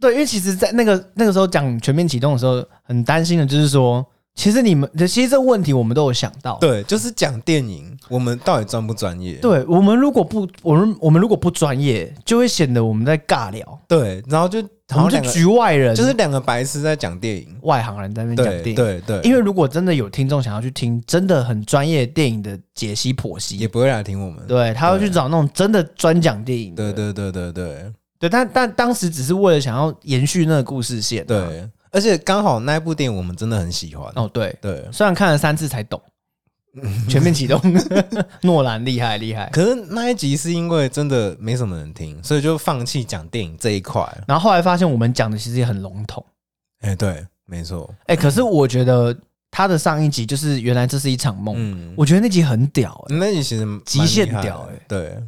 [SPEAKER 2] 对，因为其实，在那个那个时候讲全面启动的时候，很担心的就是说，其实你们其实这个问题我们都有想到。
[SPEAKER 3] 对，就是讲电影，我们到底专不专业？
[SPEAKER 2] 对我们如果不，我们我们如果不专业，就会显得我们在尬聊，
[SPEAKER 3] 对，然后就
[SPEAKER 2] 我
[SPEAKER 3] 好像
[SPEAKER 2] 们是
[SPEAKER 3] 两个
[SPEAKER 2] 局外人，
[SPEAKER 3] 就是两个白痴在讲电影，
[SPEAKER 2] 外行人在那边讲
[SPEAKER 3] 对
[SPEAKER 2] 电影。
[SPEAKER 3] 对对，
[SPEAKER 2] 因
[SPEAKER 3] 为
[SPEAKER 2] 为如果真的有听众想要去听真的很专业电影的解析剖
[SPEAKER 3] 也
[SPEAKER 2] 析，
[SPEAKER 3] 不会来听我们。
[SPEAKER 2] 对他要去找那种真的专讲电影的。
[SPEAKER 3] 对对对对对
[SPEAKER 2] 对，但但当时只是为了想要延续那个故事线、啊
[SPEAKER 3] 对，而且刚好那部电影我们真的很喜欢。
[SPEAKER 2] 哦，对，
[SPEAKER 3] 对，
[SPEAKER 2] 虽然看了三次才 懂，全面启动， 诺兰厉害厉害。
[SPEAKER 3] 可是那一集是因为真的没什么人听，所以就放弃讲电影这一块。
[SPEAKER 2] 然后后来发现我们讲的其实也很笼统，
[SPEAKER 3] 哎、对，没错。
[SPEAKER 2] 哎、可是我觉得他的上一集就是原来这是一场梦，
[SPEAKER 3] 嗯，
[SPEAKER 2] 我觉得那集很屌、哎，
[SPEAKER 3] 那你其实蛮
[SPEAKER 2] 极限
[SPEAKER 3] 厉害的
[SPEAKER 2] 屌欸
[SPEAKER 3] 对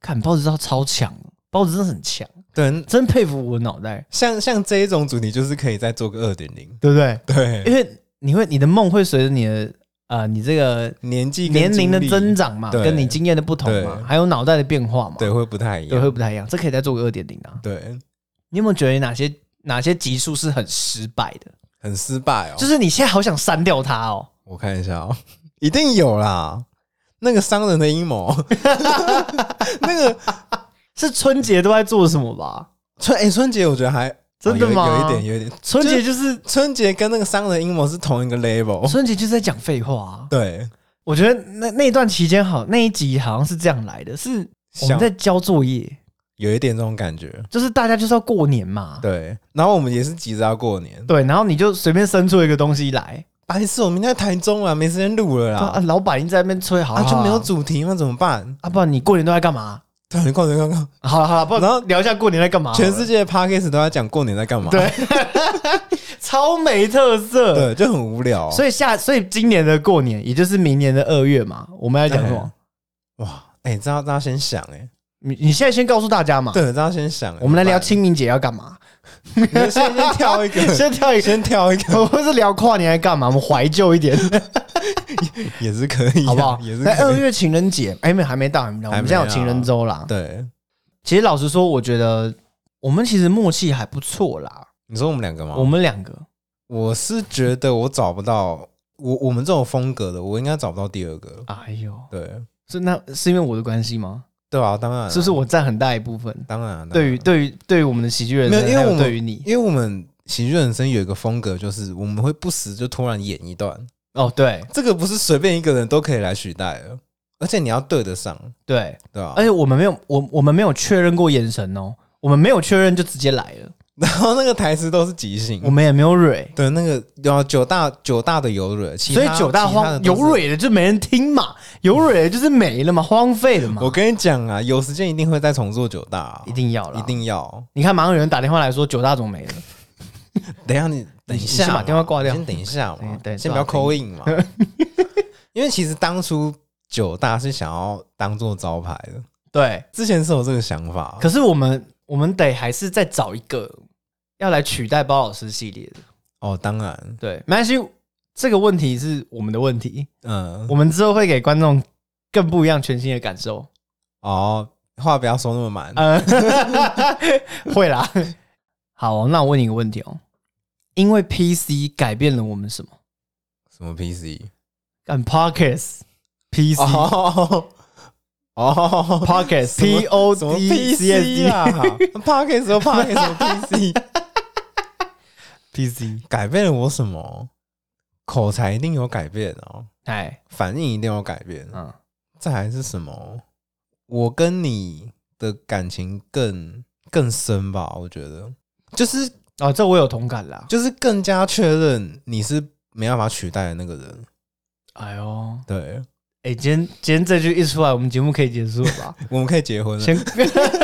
[SPEAKER 2] 看包子知道超强，包子真的很强，
[SPEAKER 3] 对，
[SPEAKER 2] 真佩服我脑袋，
[SPEAKER 3] 像像这一种主题就是可以再做个二点零，
[SPEAKER 2] 对不对？因
[SPEAKER 3] 对，
[SPEAKER 2] 为你会你的梦会随着你的呃你这个
[SPEAKER 3] 年纪跟
[SPEAKER 2] 年龄的
[SPEAKER 3] 经历
[SPEAKER 2] 增，长嘛，
[SPEAKER 3] 对
[SPEAKER 2] 跟你经验的不同嘛
[SPEAKER 3] 对，
[SPEAKER 2] 还有脑袋的变化嘛，
[SPEAKER 3] 对，会不太一
[SPEAKER 2] 对
[SPEAKER 3] 样，
[SPEAKER 2] 会不太一样，这可以再做个二点零啊。
[SPEAKER 3] 对，
[SPEAKER 2] 你有没有觉得哪些哪些集数是很失败的？
[SPEAKER 3] 很失败哦。
[SPEAKER 2] 就是你现在好想删掉它哦。
[SPEAKER 3] 我看一下哦， 一定有啦，那个商人的阴谋， 那个
[SPEAKER 2] 是春节都在做什么吧？
[SPEAKER 3] 春哎、春节我觉得还
[SPEAKER 2] 真的
[SPEAKER 3] 哦有
[SPEAKER 2] 吗
[SPEAKER 3] 有一点有一点，
[SPEAKER 2] 春节就是
[SPEAKER 3] 春节跟那个商人的阴谋是同一个 level，
[SPEAKER 2] 春节就是在讲废话、啊。
[SPEAKER 3] 对，
[SPEAKER 2] 我觉得那那一段期间好，那一集好像是这样来的，是我们
[SPEAKER 3] 像
[SPEAKER 2] 在交作业，
[SPEAKER 3] 有一点这种感觉，
[SPEAKER 2] 就是大家就是要过年嘛。
[SPEAKER 3] 对。然后我们也是急着要过年，
[SPEAKER 2] 对然后你就随便生出一个东西来，
[SPEAKER 3] 白痴，我明天在台中啊，没时间录了
[SPEAKER 2] 说
[SPEAKER 3] 啦
[SPEAKER 2] 啊，。老板一直在那边吹，好
[SPEAKER 3] 啊，
[SPEAKER 2] 好
[SPEAKER 3] 就没有
[SPEAKER 2] 好
[SPEAKER 3] 主题吗？怎么办？
[SPEAKER 2] 啊，不然你过年都在干嘛？
[SPEAKER 3] 对，你过年刚刚，
[SPEAKER 2] 好了好了，不然
[SPEAKER 3] 然后
[SPEAKER 2] 聊一下过年在干嘛好了？
[SPEAKER 3] 全世界的 podcast 都在讲过年在干嘛，
[SPEAKER 2] 对超没特色。
[SPEAKER 3] 对，就很无聊。
[SPEAKER 2] 所以下，所以今年的过年，也就是明年的二月嘛，我们要讲什么？
[SPEAKER 3] 哇，哎，这要这要先想哎，
[SPEAKER 2] 你你现在先告诉大家嘛，
[SPEAKER 3] 对，这要先想。
[SPEAKER 2] 我们来聊清明节要干嘛？
[SPEAKER 3] 怎么办，你先先挑一个，
[SPEAKER 2] 先跳一个，
[SPEAKER 3] 先挑一个
[SPEAKER 2] 我们是聊跨年还干嘛？我们怀旧一 点，
[SPEAKER 3] 也是可以啊，
[SPEAKER 2] 好不 好
[SPEAKER 3] 也？是
[SPEAKER 2] 来
[SPEAKER 3] 可
[SPEAKER 2] 二
[SPEAKER 3] 以。
[SPEAKER 2] 月情人 节，哎，没还没到，还没到，我
[SPEAKER 3] 还
[SPEAKER 2] 们
[SPEAKER 3] 没
[SPEAKER 2] 现在有
[SPEAKER 3] 啊
[SPEAKER 2] 情人周啦。
[SPEAKER 3] 对，
[SPEAKER 2] 其实老实说，我觉得我们其实默契还不错啦。
[SPEAKER 3] 你说我们两个吗？
[SPEAKER 2] 我们两个，
[SPEAKER 3] 我是觉得我找不到我我们这种风格的，我应该找不到第二个。
[SPEAKER 2] 哎呦，
[SPEAKER 3] 对
[SPEAKER 2] 是那是因为我的关系吗？
[SPEAKER 3] 对啊，当然啊
[SPEAKER 2] 是不是？我占很大一部分？
[SPEAKER 3] 当然啊，当然啊
[SPEAKER 2] 对于对于对于我们的喜剧人
[SPEAKER 3] 没
[SPEAKER 2] 生，
[SPEAKER 3] 有因为
[SPEAKER 2] 还有
[SPEAKER 3] 我们
[SPEAKER 2] 对于你
[SPEAKER 3] 因为我们喜剧人生有一个风格，就是我们会不时就突然演一段，
[SPEAKER 2] 哦，对
[SPEAKER 3] 这个不是随便一个人都可以来取代的，而且你要对得上，
[SPEAKER 2] 对，
[SPEAKER 3] 对吧、
[SPEAKER 2] 而且我们没有我我们没有确认过眼神哦，我们没有确认就直接来了，
[SPEAKER 3] 然后那个台词都是即兴，
[SPEAKER 2] 我们也没有蕊，
[SPEAKER 3] 对那个然后九大九大的有蕊，其
[SPEAKER 2] 所以
[SPEAKER 3] 他
[SPEAKER 2] 九大
[SPEAKER 3] 其他的
[SPEAKER 2] 荒
[SPEAKER 3] 都是嗯
[SPEAKER 2] 有蕊的就没人听嘛，有蕊的就是没了嘛，荒废了嘛
[SPEAKER 3] 我，跟你讲啊，有时间一定会再重做九大啊、
[SPEAKER 2] 一定要了，
[SPEAKER 3] 一。定要。
[SPEAKER 2] 你看，马上有人打电话来说九大总没了，
[SPEAKER 3] 等一下你等一下
[SPEAKER 2] 你先
[SPEAKER 3] 嘛，
[SPEAKER 2] 把电话挂掉
[SPEAKER 3] 你先等一下嘛
[SPEAKER 2] 嗯，对
[SPEAKER 3] 先不要
[SPEAKER 2] 挂掉
[SPEAKER 3] 扣印 嘛。因为其实当初九大是想要当做招牌的，
[SPEAKER 2] 对，
[SPEAKER 3] 之前是有这个想法，
[SPEAKER 2] 可是我们我们得还是再找一个要来取代包老师系列的，
[SPEAKER 3] 哦，当然，
[SPEAKER 2] 对，没关系，这个问题是我们的问题，
[SPEAKER 3] 嗯，
[SPEAKER 2] 我们之后会给观众更不一样、全新的感受。
[SPEAKER 3] 哦，话不要说那么满，
[SPEAKER 2] 呃， 会啦。好、那我问你一个问题哦，因为 PC 改变了我们什么？
[SPEAKER 3] 什么 PC，
[SPEAKER 2] 干 Pockets PC、
[SPEAKER 3] 哦 哦
[SPEAKER 2] Pockets
[SPEAKER 3] 什么
[SPEAKER 2] P O
[SPEAKER 3] 什么
[SPEAKER 2] D C S D
[SPEAKER 3] PC 啊，Pocket 什么 Pocket 什么 PC，
[SPEAKER 2] PC，
[SPEAKER 3] 改变了我什么？口才一定有改变哦，
[SPEAKER 2] 哎，
[SPEAKER 3] 反应一定有改变，
[SPEAKER 2] 嗯，
[SPEAKER 3] 这还是什么？我跟你的感情更更深吧，我觉得，就是
[SPEAKER 2] 哦，这我有同感啦。
[SPEAKER 3] 就是更加确认你是没办法取代的那个人。
[SPEAKER 2] 哎呦，
[SPEAKER 3] 对，
[SPEAKER 2] 哎、今天今天这句一出来，我们节目可以结束了吧？
[SPEAKER 3] 我们可以结婚了，
[SPEAKER 2] 先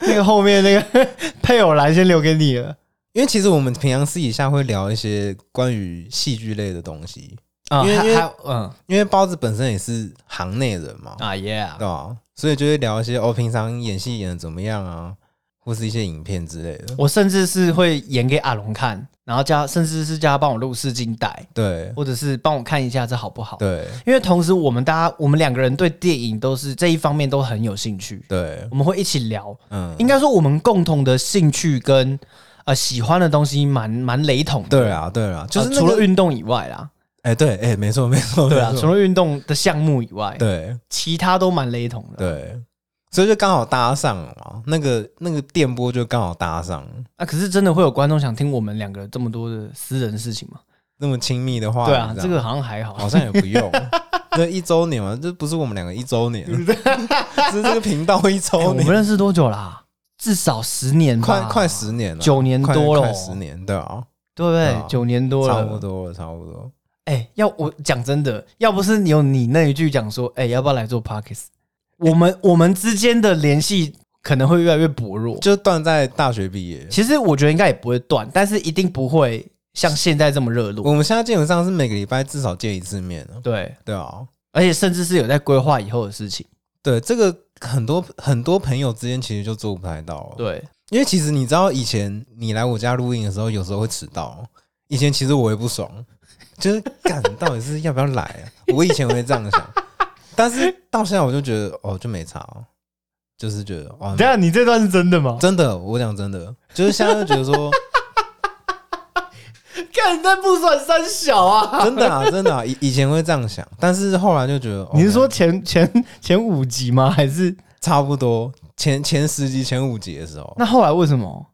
[SPEAKER 2] 那个后面那个配偶栏先留给你了。
[SPEAKER 3] 因为其实我们平常私底下会聊一些关于戏剧类的东西，
[SPEAKER 2] 嗯，
[SPEAKER 3] 因为
[SPEAKER 2] 还
[SPEAKER 3] 因为
[SPEAKER 2] 还嗯
[SPEAKER 3] 因为包子本身也是行内人嘛，
[SPEAKER 2] 啊耶
[SPEAKER 3] 对吧？所以就会聊一些哦，平常演戏演的怎么样啊，或是一些影片之类的。
[SPEAKER 2] 我甚至是会演给阿龙看，然后叫甚至是叫他帮我录试镜带，
[SPEAKER 3] 对
[SPEAKER 2] 或者是帮我看一下这好不好。
[SPEAKER 3] 对
[SPEAKER 2] 因为同时我们大家我们两个人对电影都是这一方面都很有兴趣，
[SPEAKER 3] 对，
[SPEAKER 2] 我们会一起聊。
[SPEAKER 3] 嗯，
[SPEAKER 2] 应该说我们共同的兴趣跟呃喜欢的东西蛮蛮雷同的。
[SPEAKER 3] 对啊对啊，就是
[SPEAKER 2] 呃
[SPEAKER 3] 那
[SPEAKER 2] 除
[SPEAKER 3] 个
[SPEAKER 2] 了运动以外啦，
[SPEAKER 3] 哎，对，哎，没错，没错，
[SPEAKER 2] 对啊，
[SPEAKER 3] 没错
[SPEAKER 2] 除了运动的项目以外，
[SPEAKER 3] 对
[SPEAKER 2] 其他都蛮雷同的。
[SPEAKER 3] 对，所以就刚好搭上了嘛，那个那个电波就刚好搭上了，
[SPEAKER 2] 啊，可是真的会有观众想听我们两个这么多的私人事情吗？
[SPEAKER 3] 那么亲密的话，
[SPEAKER 2] 对啊，
[SPEAKER 3] 你知道
[SPEAKER 2] 这个好像还好。
[SPEAKER 3] 好像也不用， 那一周年嘛，这不是我们两个一周年， 是这个频道一
[SPEAKER 2] 哎我
[SPEAKER 3] 周
[SPEAKER 2] 们
[SPEAKER 3] 年，
[SPEAKER 2] 认识多久啦、至少十年吧，
[SPEAKER 3] 快快十年了，
[SPEAKER 2] 九年
[SPEAKER 3] 快
[SPEAKER 2] 多了
[SPEAKER 3] 快
[SPEAKER 2] 哦
[SPEAKER 3] 十年，对啊，
[SPEAKER 2] 对不对？
[SPEAKER 3] 对啊
[SPEAKER 2] 九年多了，
[SPEAKER 3] 差不。多了，差不多。
[SPEAKER 2] 哎、要我讲真的，要不是有你那一句讲说，哎、要不要来做 Parkes？我们我们之间的联系可能会越来越薄弱。
[SPEAKER 3] 就断在大学毕业。
[SPEAKER 2] 其实我觉得应该也不会断，但是一定不会像现在这么热络。
[SPEAKER 3] 我们现在基本上是每个礼拜至少见一次面了，
[SPEAKER 2] 对，
[SPEAKER 3] 对啊，
[SPEAKER 2] 而且甚至是有在规划以后的事情。
[SPEAKER 3] 对这个很多很多朋友之间其实就做不太到了，，
[SPEAKER 2] 对，
[SPEAKER 3] 因为其实你知道以前你来我家录音的时候，有时候会迟到，以前其实我也不爽，就是干到底是要不要来、啊？ 我以前会这样想，但是到现在我就觉得哦，就没差哦，就是觉得哦，
[SPEAKER 2] 下你这段是真的吗？
[SPEAKER 3] 真的，我讲真的，就是现在就觉得 说
[SPEAKER 2] 看你在不算三小啊！
[SPEAKER 3] 真的啊，真的啊，以以前会这样想，但是后来就觉得，哦
[SPEAKER 2] 你是说前前前五集吗？还是
[SPEAKER 3] 差不多前前十集、前五集的时候，
[SPEAKER 2] 那后来为什么？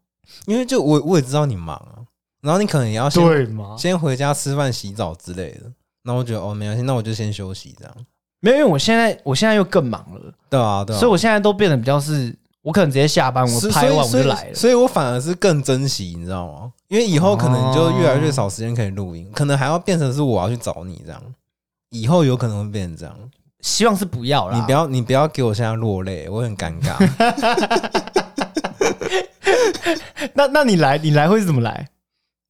[SPEAKER 3] 因为就我我也知道你忙啊，然后你可能也要先
[SPEAKER 2] 吗？
[SPEAKER 3] 先回家吃饭、洗澡之类的。那我觉得哦，没关系，那我就先休息这样。
[SPEAKER 2] 没有，因为我现在我现在又更忙了，
[SPEAKER 3] 对啊，对啊，
[SPEAKER 2] 所以我现在都变得比较是，我可能直接下班，
[SPEAKER 3] 是
[SPEAKER 2] 我拍完我
[SPEAKER 3] 所以
[SPEAKER 2] 就来了。
[SPEAKER 3] 所以我反而是更珍惜，你知道吗？因为以后可能就越来越少时间可以录音，可能还要变成是我要去找你这样。以后有可能会变成这样，
[SPEAKER 2] 希望是不要啦，
[SPEAKER 3] 你不要你不要给我现在落泪，我很尴 尬。
[SPEAKER 2] 那那你来，你来会是怎么来？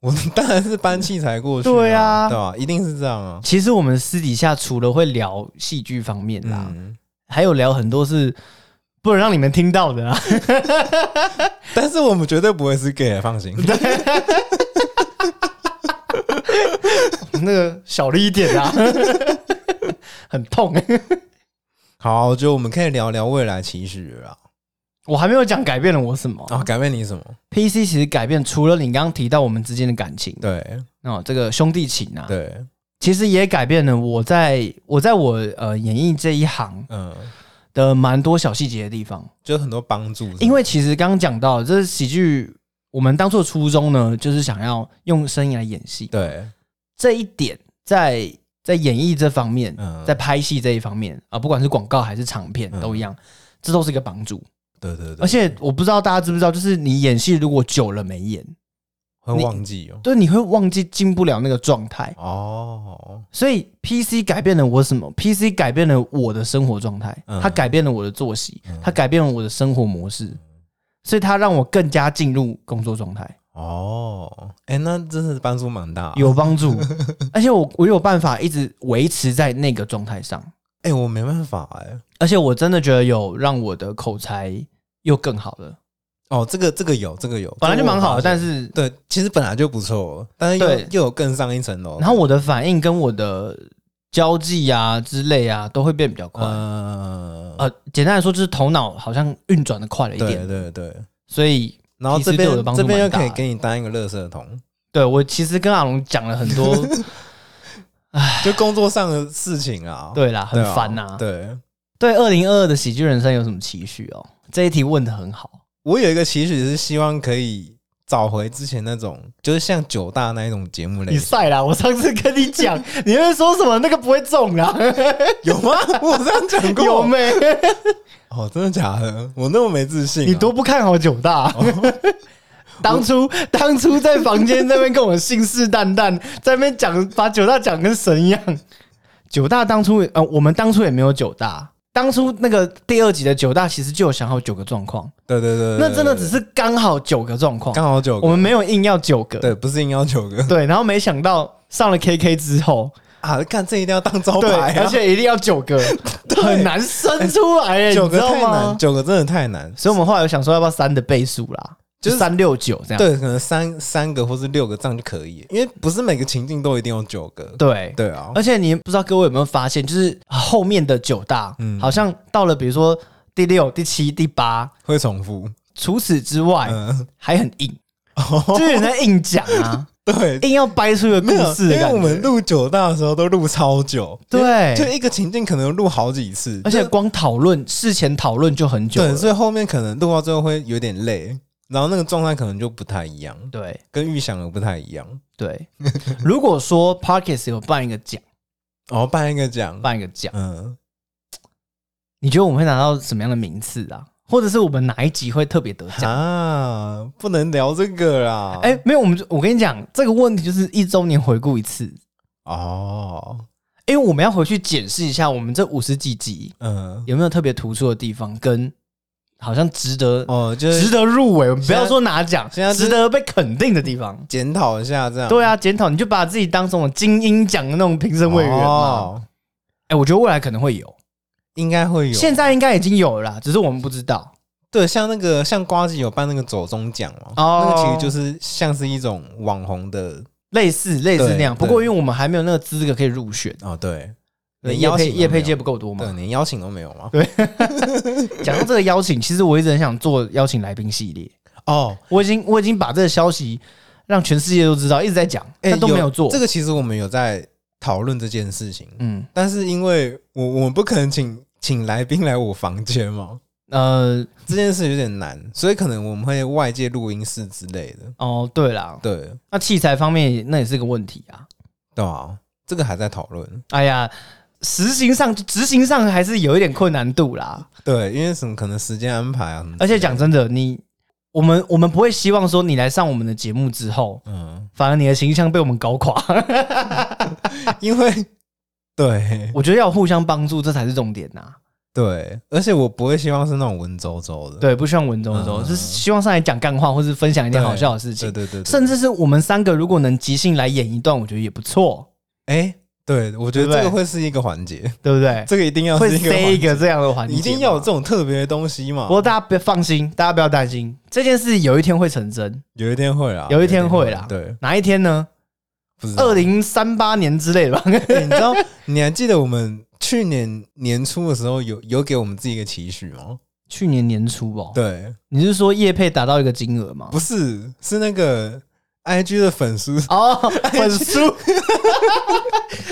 [SPEAKER 3] 我当然是搬器材过去、
[SPEAKER 2] 对啊
[SPEAKER 3] 啊，对啊，一定是这样啊。
[SPEAKER 2] 其实我们私底下除了会聊戏剧方面啦，
[SPEAKER 3] 嗯，
[SPEAKER 2] 还有聊很多是不能让你们听到 的啊。
[SPEAKER 3] 但是我们绝对不会是 gay，放心。
[SPEAKER 2] 那个小了一点啊， 很痛。 欸
[SPEAKER 3] 好，我觉得我们可以聊聊未来期许了啊。
[SPEAKER 2] 我还没有讲改变了我什么。
[SPEAKER 3] 然后改变你什么？
[SPEAKER 2] PC 其实改变除了你刚刚提到我们之间的感情，
[SPEAKER 3] 对
[SPEAKER 2] 哦，这个兄弟情啊，
[SPEAKER 3] 对，
[SPEAKER 2] 其实也改变了我在我在我呃演艺这一行
[SPEAKER 3] 嗯，
[SPEAKER 2] 的蛮多小细节的地方。
[SPEAKER 3] 就很多帮助。
[SPEAKER 2] 因为其实刚刚讲到，这是喜剧，我们当初的初衷呢，就是想要用声音来演戏。
[SPEAKER 3] 对，
[SPEAKER 2] 这一点在在演绎这方面，
[SPEAKER 3] 嗯，
[SPEAKER 2] 在拍戏这一方面啊，不管是广告还是长片
[SPEAKER 3] 嗯
[SPEAKER 2] 都一样，这都是一个帮助。
[SPEAKER 3] 对对对，
[SPEAKER 2] 而且我不知道大家知不知道，就是你演戏如果久了没演，
[SPEAKER 3] 会
[SPEAKER 2] 你
[SPEAKER 3] 忘记哦。
[SPEAKER 2] 就是你会忘记进不了那个状态。
[SPEAKER 3] 哦，
[SPEAKER 2] 所以 PC 改变了我什么？PC 改变了我的生活状态，
[SPEAKER 3] 嗯
[SPEAKER 2] 它改变了我的作息
[SPEAKER 3] 嗯，
[SPEAKER 2] 它改变了我的生活模式，所以它让我更加进入工作状态。
[SPEAKER 3] 哦，哎，那真的是帮助蛮大啊。
[SPEAKER 2] 有帮 助，而且我我有办法一直维持在那个状态上，
[SPEAKER 3] 哎，我没办法哎。
[SPEAKER 2] 而且我真的觉得有让我的口才又更好了，
[SPEAKER 3] 哦，这个这个有，这个有，
[SPEAKER 2] 本来就蛮好的，
[SPEAKER 3] 这个我
[SPEAKER 2] 但
[SPEAKER 3] 发现
[SPEAKER 2] 是
[SPEAKER 3] 对，其实本来就不错了，但是又
[SPEAKER 2] 对
[SPEAKER 3] 又有更上一层楼。
[SPEAKER 2] 然后我的反应跟我的交际啊之类啊都会变比较快，
[SPEAKER 3] 嗯呃
[SPEAKER 2] 呃，简单来说就是头脑好像运转的快了一
[SPEAKER 3] 对
[SPEAKER 2] 点，
[SPEAKER 3] 对对，
[SPEAKER 2] 所以
[SPEAKER 3] 然后
[SPEAKER 2] 其
[SPEAKER 3] 这
[SPEAKER 2] 实
[SPEAKER 3] 边
[SPEAKER 2] 对我的帮助
[SPEAKER 3] 这边又
[SPEAKER 2] 蛮大
[SPEAKER 3] 可以
[SPEAKER 2] 的
[SPEAKER 3] 给你当一个垃圾桶，
[SPEAKER 2] 对我其实跟阿龙讲了很 多，
[SPEAKER 3] 就工作上的事情啊，
[SPEAKER 2] 对啦，很
[SPEAKER 3] 啊
[SPEAKER 2] 烦呐、
[SPEAKER 3] 对
[SPEAKER 2] 对，二零二二的喜剧人生有什么期许哦？这一题问的很好，
[SPEAKER 3] 我有一个期许是希望可以找回之前那种，就是像九大那一种节目类
[SPEAKER 2] 你
[SPEAKER 3] 型，
[SPEAKER 2] 晒啦！我上次跟你 讲，你那边说什么那个不会中啊 啦，
[SPEAKER 3] 有 吗？我这样讲过
[SPEAKER 2] 有没？
[SPEAKER 3] 哦，真的假的？我那么没自信啊、
[SPEAKER 2] 你多不看好九大。 当初当初在房间那边跟我信誓旦旦，在那边讲把九大讲跟神一样。九大当初呃，我们当初也没有九大，当初那个第二集的九大其实就有想好九个状况，
[SPEAKER 3] 对对对对
[SPEAKER 2] 那真的只
[SPEAKER 3] 对
[SPEAKER 2] 是刚好九个状况，
[SPEAKER 3] 刚好九
[SPEAKER 2] 我
[SPEAKER 3] 个，
[SPEAKER 2] 们没有硬要九个。
[SPEAKER 3] 对，不是硬要九个
[SPEAKER 2] 对，然后没想到上了 KK 之后，
[SPEAKER 3] 啊！看这一定要当招
[SPEAKER 2] 对，
[SPEAKER 3] 牌、啊，
[SPEAKER 2] 而且一定要九个，很难生出来耶，
[SPEAKER 3] 九
[SPEAKER 2] 你知
[SPEAKER 3] 个
[SPEAKER 2] 道
[SPEAKER 3] 太
[SPEAKER 2] 吗
[SPEAKER 3] 难，？九个真的太难。
[SPEAKER 2] 所以我们后来有想说要不要三的倍数啦，
[SPEAKER 3] 就是
[SPEAKER 2] 就三六九这样。
[SPEAKER 3] 对，可能三三个或是六个这样就可以，因为不是每个情境都一定有九个。
[SPEAKER 2] 对
[SPEAKER 3] 对啊，
[SPEAKER 2] 而且你不知道各位有没有发现，就是后面的九大，
[SPEAKER 3] 嗯
[SPEAKER 2] 好像到了比如说第六、第七、第八，
[SPEAKER 3] 会重复。
[SPEAKER 2] 除此之外、
[SPEAKER 3] 嗯，
[SPEAKER 2] 还很硬，
[SPEAKER 3] 哦，
[SPEAKER 2] 就是人家硬讲 啊，
[SPEAKER 3] 对，
[SPEAKER 2] 硬要掰出一个故
[SPEAKER 3] 没有，
[SPEAKER 2] 事
[SPEAKER 3] 因
[SPEAKER 2] 的
[SPEAKER 3] 为
[SPEAKER 2] 感
[SPEAKER 3] 我们
[SPEAKER 2] 觉。
[SPEAKER 3] 录九大的时候都录超久，
[SPEAKER 2] 对
[SPEAKER 3] 就就一个情境可能录好几次，
[SPEAKER 2] 而且光讨论事前讨论就很久
[SPEAKER 3] 对，
[SPEAKER 2] 了，
[SPEAKER 3] 所以后面可能录到最后会有点累，然后那个状态可能就不太一样，
[SPEAKER 2] 对
[SPEAKER 3] 跟预想的不太一样。
[SPEAKER 2] 对。 如果说 Parkes 有办一个奖，
[SPEAKER 3] 然后办一个奖，
[SPEAKER 2] 办一个奖，
[SPEAKER 3] 嗯，
[SPEAKER 2] 你觉得我们会拿到什么样的名次啊？或者是我们哪一集会特别得奖？
[SPEAKER 3] 啊，不能聊这个啦，
[SPEAKER 2] 哎、没有，我们就我跟你讲，这个问题就是一周年回顾一次，
[SPEAKER 3] 哦，
[SPEAKER 2] 因为我们要回去检视一下我们这五十几集
[SPEAKER 3] 嗯，
[SPEAKER 2] 有没有特别突出的地方，跟好像值得、
[SPEAKER 3] 哦，就
[SPEAKER 2] 值
[SPEAKER 3] 是
[SPEAKER 2] 得入围，
[SPEAKER 3] 在
[SPEAKER 2] 不要说拿奖，
[SPEAKER 3] 现在就是
[SPEAKER 2] 值得被肯定的地方。
[SPEAKER 3] 检讨一下这样，
[SPEAKER 2] 对啊，检讨你就把自己当成精英奖的那种评审委员嘛。
[SPEAKER 3] 哦，
[SPEAKER 2] 哎、我觉得未来可能会有，
[SPEAKER 3] 应该会有。
[SPEAKER 2] 现在应该已经有了啦，只是我们不知道。
[SPEAKER 3] 对，像那个像瓜子有办那个走中奖嘛，
[SPEAKER 2] 哦
[SPEAKER 3] 那个其实就是像是一种网红的
[SPEAKER 2] 类似类似
[SPEAKER 3] 对
[SPEAKER 2] 那样，不
[SPEAKER 3] 对
[SPEAKER 2] 过因为我们还没有那个资格可以入选，
[SPEAKER 3] 哦，对，
[SPEAKER 2] 对
[SPEAKER 3] 连
[SPEAKER 2] 业
[SPEAKER 3] 邀
[SPEAKER 2] 配
[SPEAKER 3] 请
[SPEAKER 2] 业配
[SPEAKER 3] 接
[SPEAKER 2] 接不够多嘛
[SPEAKER 3] 对，。连邀请都没有吗？
[SPEAKER 2] 讲到这个邀请，其实我一直很想做邀请来宾系列，
[SPEAKER 3] 哦，
[SPEAKER 2] 我已经我已经把这个消息让全世界都知道，一直在讲，
[SPEAKER 3] 哎
[SPEAKER 2] 但都没有做。
[SPEAKER 3] 这个其实我们有在讨论这件事情，
[SPEAKER 2] 嗯
[SPEAKER 3] 但是因为我我们不可能请请来宾来我房间嘛，
[SPEAKER 2] 呃
[SPEAKER 3] 这件事有点难，所以可能我们会外界录音室之类的。
[SPEAKER 2] 哦对啦，
[SPEAKER 3] 对，
[SPEAKER 2] 那器材方面那也是个问题啊。
[SPEAKER 3] 对啊，这个还在讨论。
[SPEAKER 2] 哎呀，实行上执行上还是有一点困难度啦。
[SPEAKER 3] 对，因为什么可能时间安排啊，
[SPEAKER 2] 而且讲真的，你我们我们不会希望说你来上我们的节目之后，
[SPEAKER 3] 嗯，
[SPEAKER 2] 反而你的形象被我们搞垮。
[SPEAKER 3] 因为对
[SPEAKER 2] 我觉得要互相帮助，这才是重点呐、
[SPEAKER 3] 对，而且我不会希望是那种文绉绉的。
[SPEAKER 2] 对，不希望文绉绉，
[SPEAKER 3] 嗯
[SPEAKER 2] 是希望上来讲干话，或是分享一
[SPEAKER 3] 对
[SPEAKER 2] 点好笑的事
[SPEAKER 3] 对
[SPEAKER 2] 情。
[SPEAKER 3] 对对，对
[SPEAKER 2] 甚至是我们三个如果能即兴来演一段，我觉得也不错。
[SPEAKER 3] 哎，对，我觉
[SPEAKER 2] 对
[SPEAKER 3] 得
[SPEAKER 2] 不对
[SPEAKER 3] 这个会是一个环节，
[SPEAKER 2] 对不对？
[SPEAKER 3] 这个一定要
[SPEAKER 2] 会
[SPEAKER 3] 是一
[SPEAKER 2] 塞一个
[SPEAKER 3] 个环节，
[SPEAKER 2] 这样的环节，
[SPEAKER 3] 一定要有这。种特别的东西嘛
[SPEAKER 2] 不。过大家别放心，大家不要担心，这件事有一天会成真，
[SPEAKER 3] 有一天会啦，
[SPEAKER 2] 有一天会啦。
[SPEAKER 3] 对，
[SPEAKER 2] 哪一天呢？
[SPEAKER 3] 不知道
[SPEAKER 2] 二零三八年之类的吧。
[SPEAKER 3] 欸你知道？ 你还记得我们去年年初的时候有有给我们自己一个期许
[SPEAKER 2] 哦
[SPEAKER 3] 吗？
[SPEAKER 2] 去年年初哦，
[SPEAKER 3] 对，
[SPEAKER 2] 你是说叶配达到一个金额吗？
[SPEAKER 3] 不是，是那个 I G 的粉丝，
[SPEAKER 2] 哦，粉书。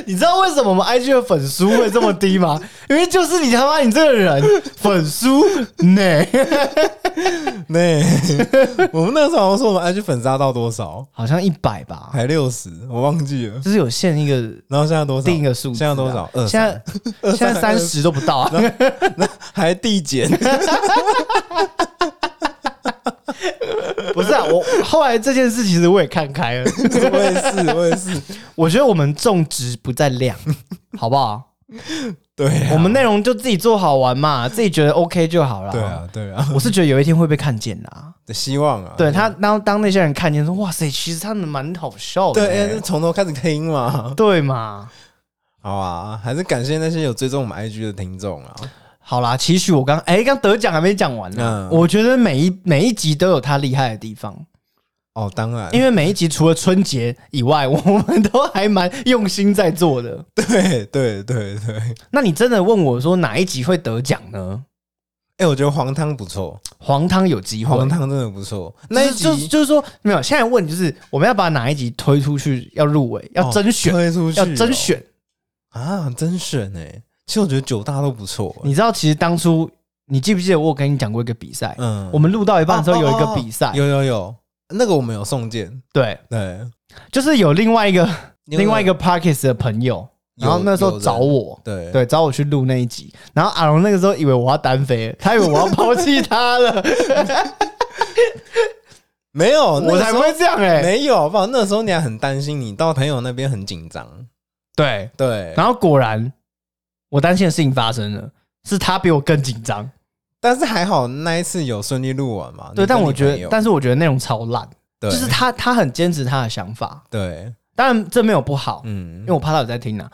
[SPEAKER 2] 你知道为什么我们 IG 的粉书会这么低吗？因为就是你他妈你这个人粉书呢，
[SPEAKER 3] 对，我们那时候好像说我们 I G 粉杀到多少，
[SPEAKER 2] 好像一百吧，
[SPEAKER 3] 还六十，我忘记了。
[SPEAKER 2] 就是有限一个
[SPEAKER 3] 然后现在多少？
[SPEAKER 2] 定一个数字、啊
[SPEAKER 3] 现在多少？二
[SPEAKER 2] 现在现在三十都不到啊！
[SPEAKER 3] 还递减，
[SPEAKER 2] 不是啊，我后来这件事其实我也看开了，
[SPEAKER 3] 我也是，我也是。
[SPEAKER 2] 我觉得我们重质不在量，好不好？
[SPEAKER 3] 对啊，
[SPEAKER 2] 我们内容就自己做好玩嘛，自己觉得 OK 就好了。
[SPEAKER 3] 对，啊，哎对啊，
[SPEAKER 2] 我是觉得有一天会被看见的、啊。
[SPEAKER 3] 希望啊，
[SPEAKER 2] 对他当当那些人看见说，哇塞，其实他们蛮好笑的、欸
[SPEAKER 3] 对，哎那从头开始听嘛。
[SPEAKER 2] 对嘛？
[SPEAKER 3] 好啊，还是感谢那些有追踪我们 IG 的听众啊。
[SPEAKER 2] 好啦，期许我刚哎，刚得奖还没讲完呢。
[SPEAKER 3] 嗯
[SPEAKER 2] 我觉得每一每一集都有他厉害的地方，
[SPEAKER 3] 哦，当然，
[SPEAKER 2] 因为每一集除了春节以外，我们都还蛮用心在做的。
[SPEAKER 3] 对对对对，哎、
[SPEAKER 2] 那你真的问我说哪一集会得奖呢？
[SPEAKER 3] 哎我觉得黄汤不错，
[SPEAKER 2] 黄汤有机会，
[SPEAKER 3] 黄汤真的不错。
[SPEAKER 2] 那
[SPEAKER 3] 那
[SPEAKER 2] 一
[SPEAKER 3] 一
[SPEAKER 2] 集就是
[SPEAKER 3] 集
[SPEAKER 2] 就是说没有。现在问题就是我们要把哪一集推出去，要入围，要甄选，
[SPEAKER 3] 推出去
[SPEAKER 2] 要
[SPEAKER 3] 哦、
[SPEAKER 2] 甄选。
[SPEAKER 3] 啊，甄选哎、其实我觉得九大都不错、
[SPEAKER 2] 你知道，其实当初你记不记得我有跟你讲过一个比赛？
[SPEAKER 3] 嗯
[SPEAKER 2] 我们录到一半的时候有一
[SPEAKER 3] 哦哦
[SPEAKER 2] 个
[SPEAKER 3] 哦
[SPEAKER 2] 比赛，
[SPEAKER 3] 有有有，那个我们有送件，
[SPEAKER 2] 对，
[SPEAKER 3] 对，
[SPEAKER 2] 就是有另外一个
[SPEAKER 3] 为
[SPEAKER 2] 另外一个 Parkes 的朋友，
[SPEAKER 3] 有
[SPEAKER 2] 然后那时候找我，
[SPEAKER 3] 对
[SPEAKER 2] 对，找我去录那一集。然后阿龙那个时候以为我要单飞，他以为我要抛弃他 了，
[SPEAKER 3] 没有，
[SPEAKER 2] 我才不
[SPEAKER 3] 没
[SPEAKER 2] 会这样哎、
[SPEAKER 3] 没有好不好？那时候你还很担心，你到朋友那边很紧张，
[SPEAKER 2] 对，
[SPEAKER 3] 对，
[SPEAKER 2] 然后果然我担心的事情发生了。是他比我更紧张，
[SPEAKER 3] 但是还好那一次有顺利录完嘛。
[SPEAKER 2] 对，
[SPEAKER 3] 哦你跟
[SPEAKER 2] 但
[SPEAKER 3] 你
[SPEAKER 2] 我觉
[SPEAKER 3] 朋
[SPEAKER 2] 得，
[SPEAKER 3] 友
[SPEAKER 2] 但是我觉得内容超烂，
[SPEAKER 3] 对，
[SPEAKER 2] 就是他他很坚持他的想法，
[SPEAKER 3] 对，
[SPEAKER 2] 当然这没有不好，
[SPEAKER 3] 嗯
[SPEAKER 2] 因为，我怕他有在听啊。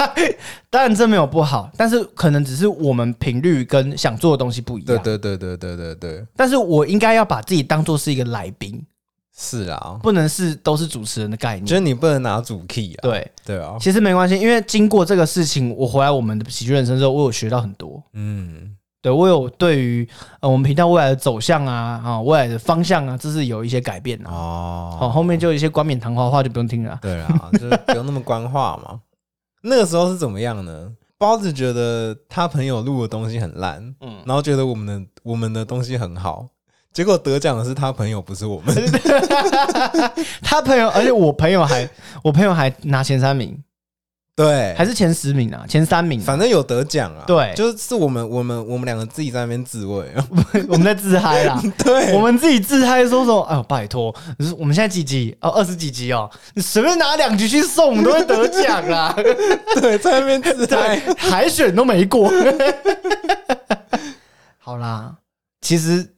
[SPEAKER 2] 当然这没有不好，但是可能只是我们频率跟想做的东西不一样。
[SPEAKER 3] 对对对对对对对，
[SPEAKER 2] 但是我应该要把自己当做是一个来宾，
[SPEAKER 3] 是啊，
[SPEAKER 2] 不能是都是主持人的概
[SPEAKER 3] 就
[SPEAKER 2] 念。
[SPEAKER 3] 是你不能拿主 key 啊，
[SPEAKER 2] 对，
[SPEAKER 3] 对啊，
[SPEAKER 2] 其实没关系，因为经过这个事情，我回来我们的喜剧人生之后，我有学到很多。
[SPEAKER 3] 嗯，
[SPEAKER 2] 对我有对于呃我们频道未来的走向啊啊未来的方向啊，这是有一些改变啊。好、
[SPEAKER 3] 哦，
[SPEAKER 2] 后面就有一些冠冕堂皇的话就不用听了啊。
[SPEAKER 3] 对啊，就是不用那么官话嘛。 那个时候是怎么样呢？包子觉得他朋友录的东西很烂，
[SPEAKER 2] 嗯，
[SPEAKER 3] 然后觉得我们的我们的东西很好，结果得奖的是他朋友，不是我们。
[SPEAKER 2] 他朋友，而且我朋友还 我朋友还拿前三名，
[SPEAKER 3] 对，
[SPEAKER 2] 还是前十名啊，前三名、啊。
[SPEAKER 3] 反正有得奖啊。
[SPEAKER 2] 对
[SPEAKER 3] 就是是我们我们我们两个自己在那边自慰。 啊
[SPEAKER 2] 我们在自嗨啦，
[SPEAKER 3] 对，
[SPEAKER 2] 我们自己自嗨说什么？哎呦，拜托，你说我们现在几集？哦，二十几集哦，你随便拿两集去送，我们都会得奖啊啦。
[SPEAKER 3] 对在那边自嗨。
[SPEAKER 2] 对，海选都没过。 好啦，其实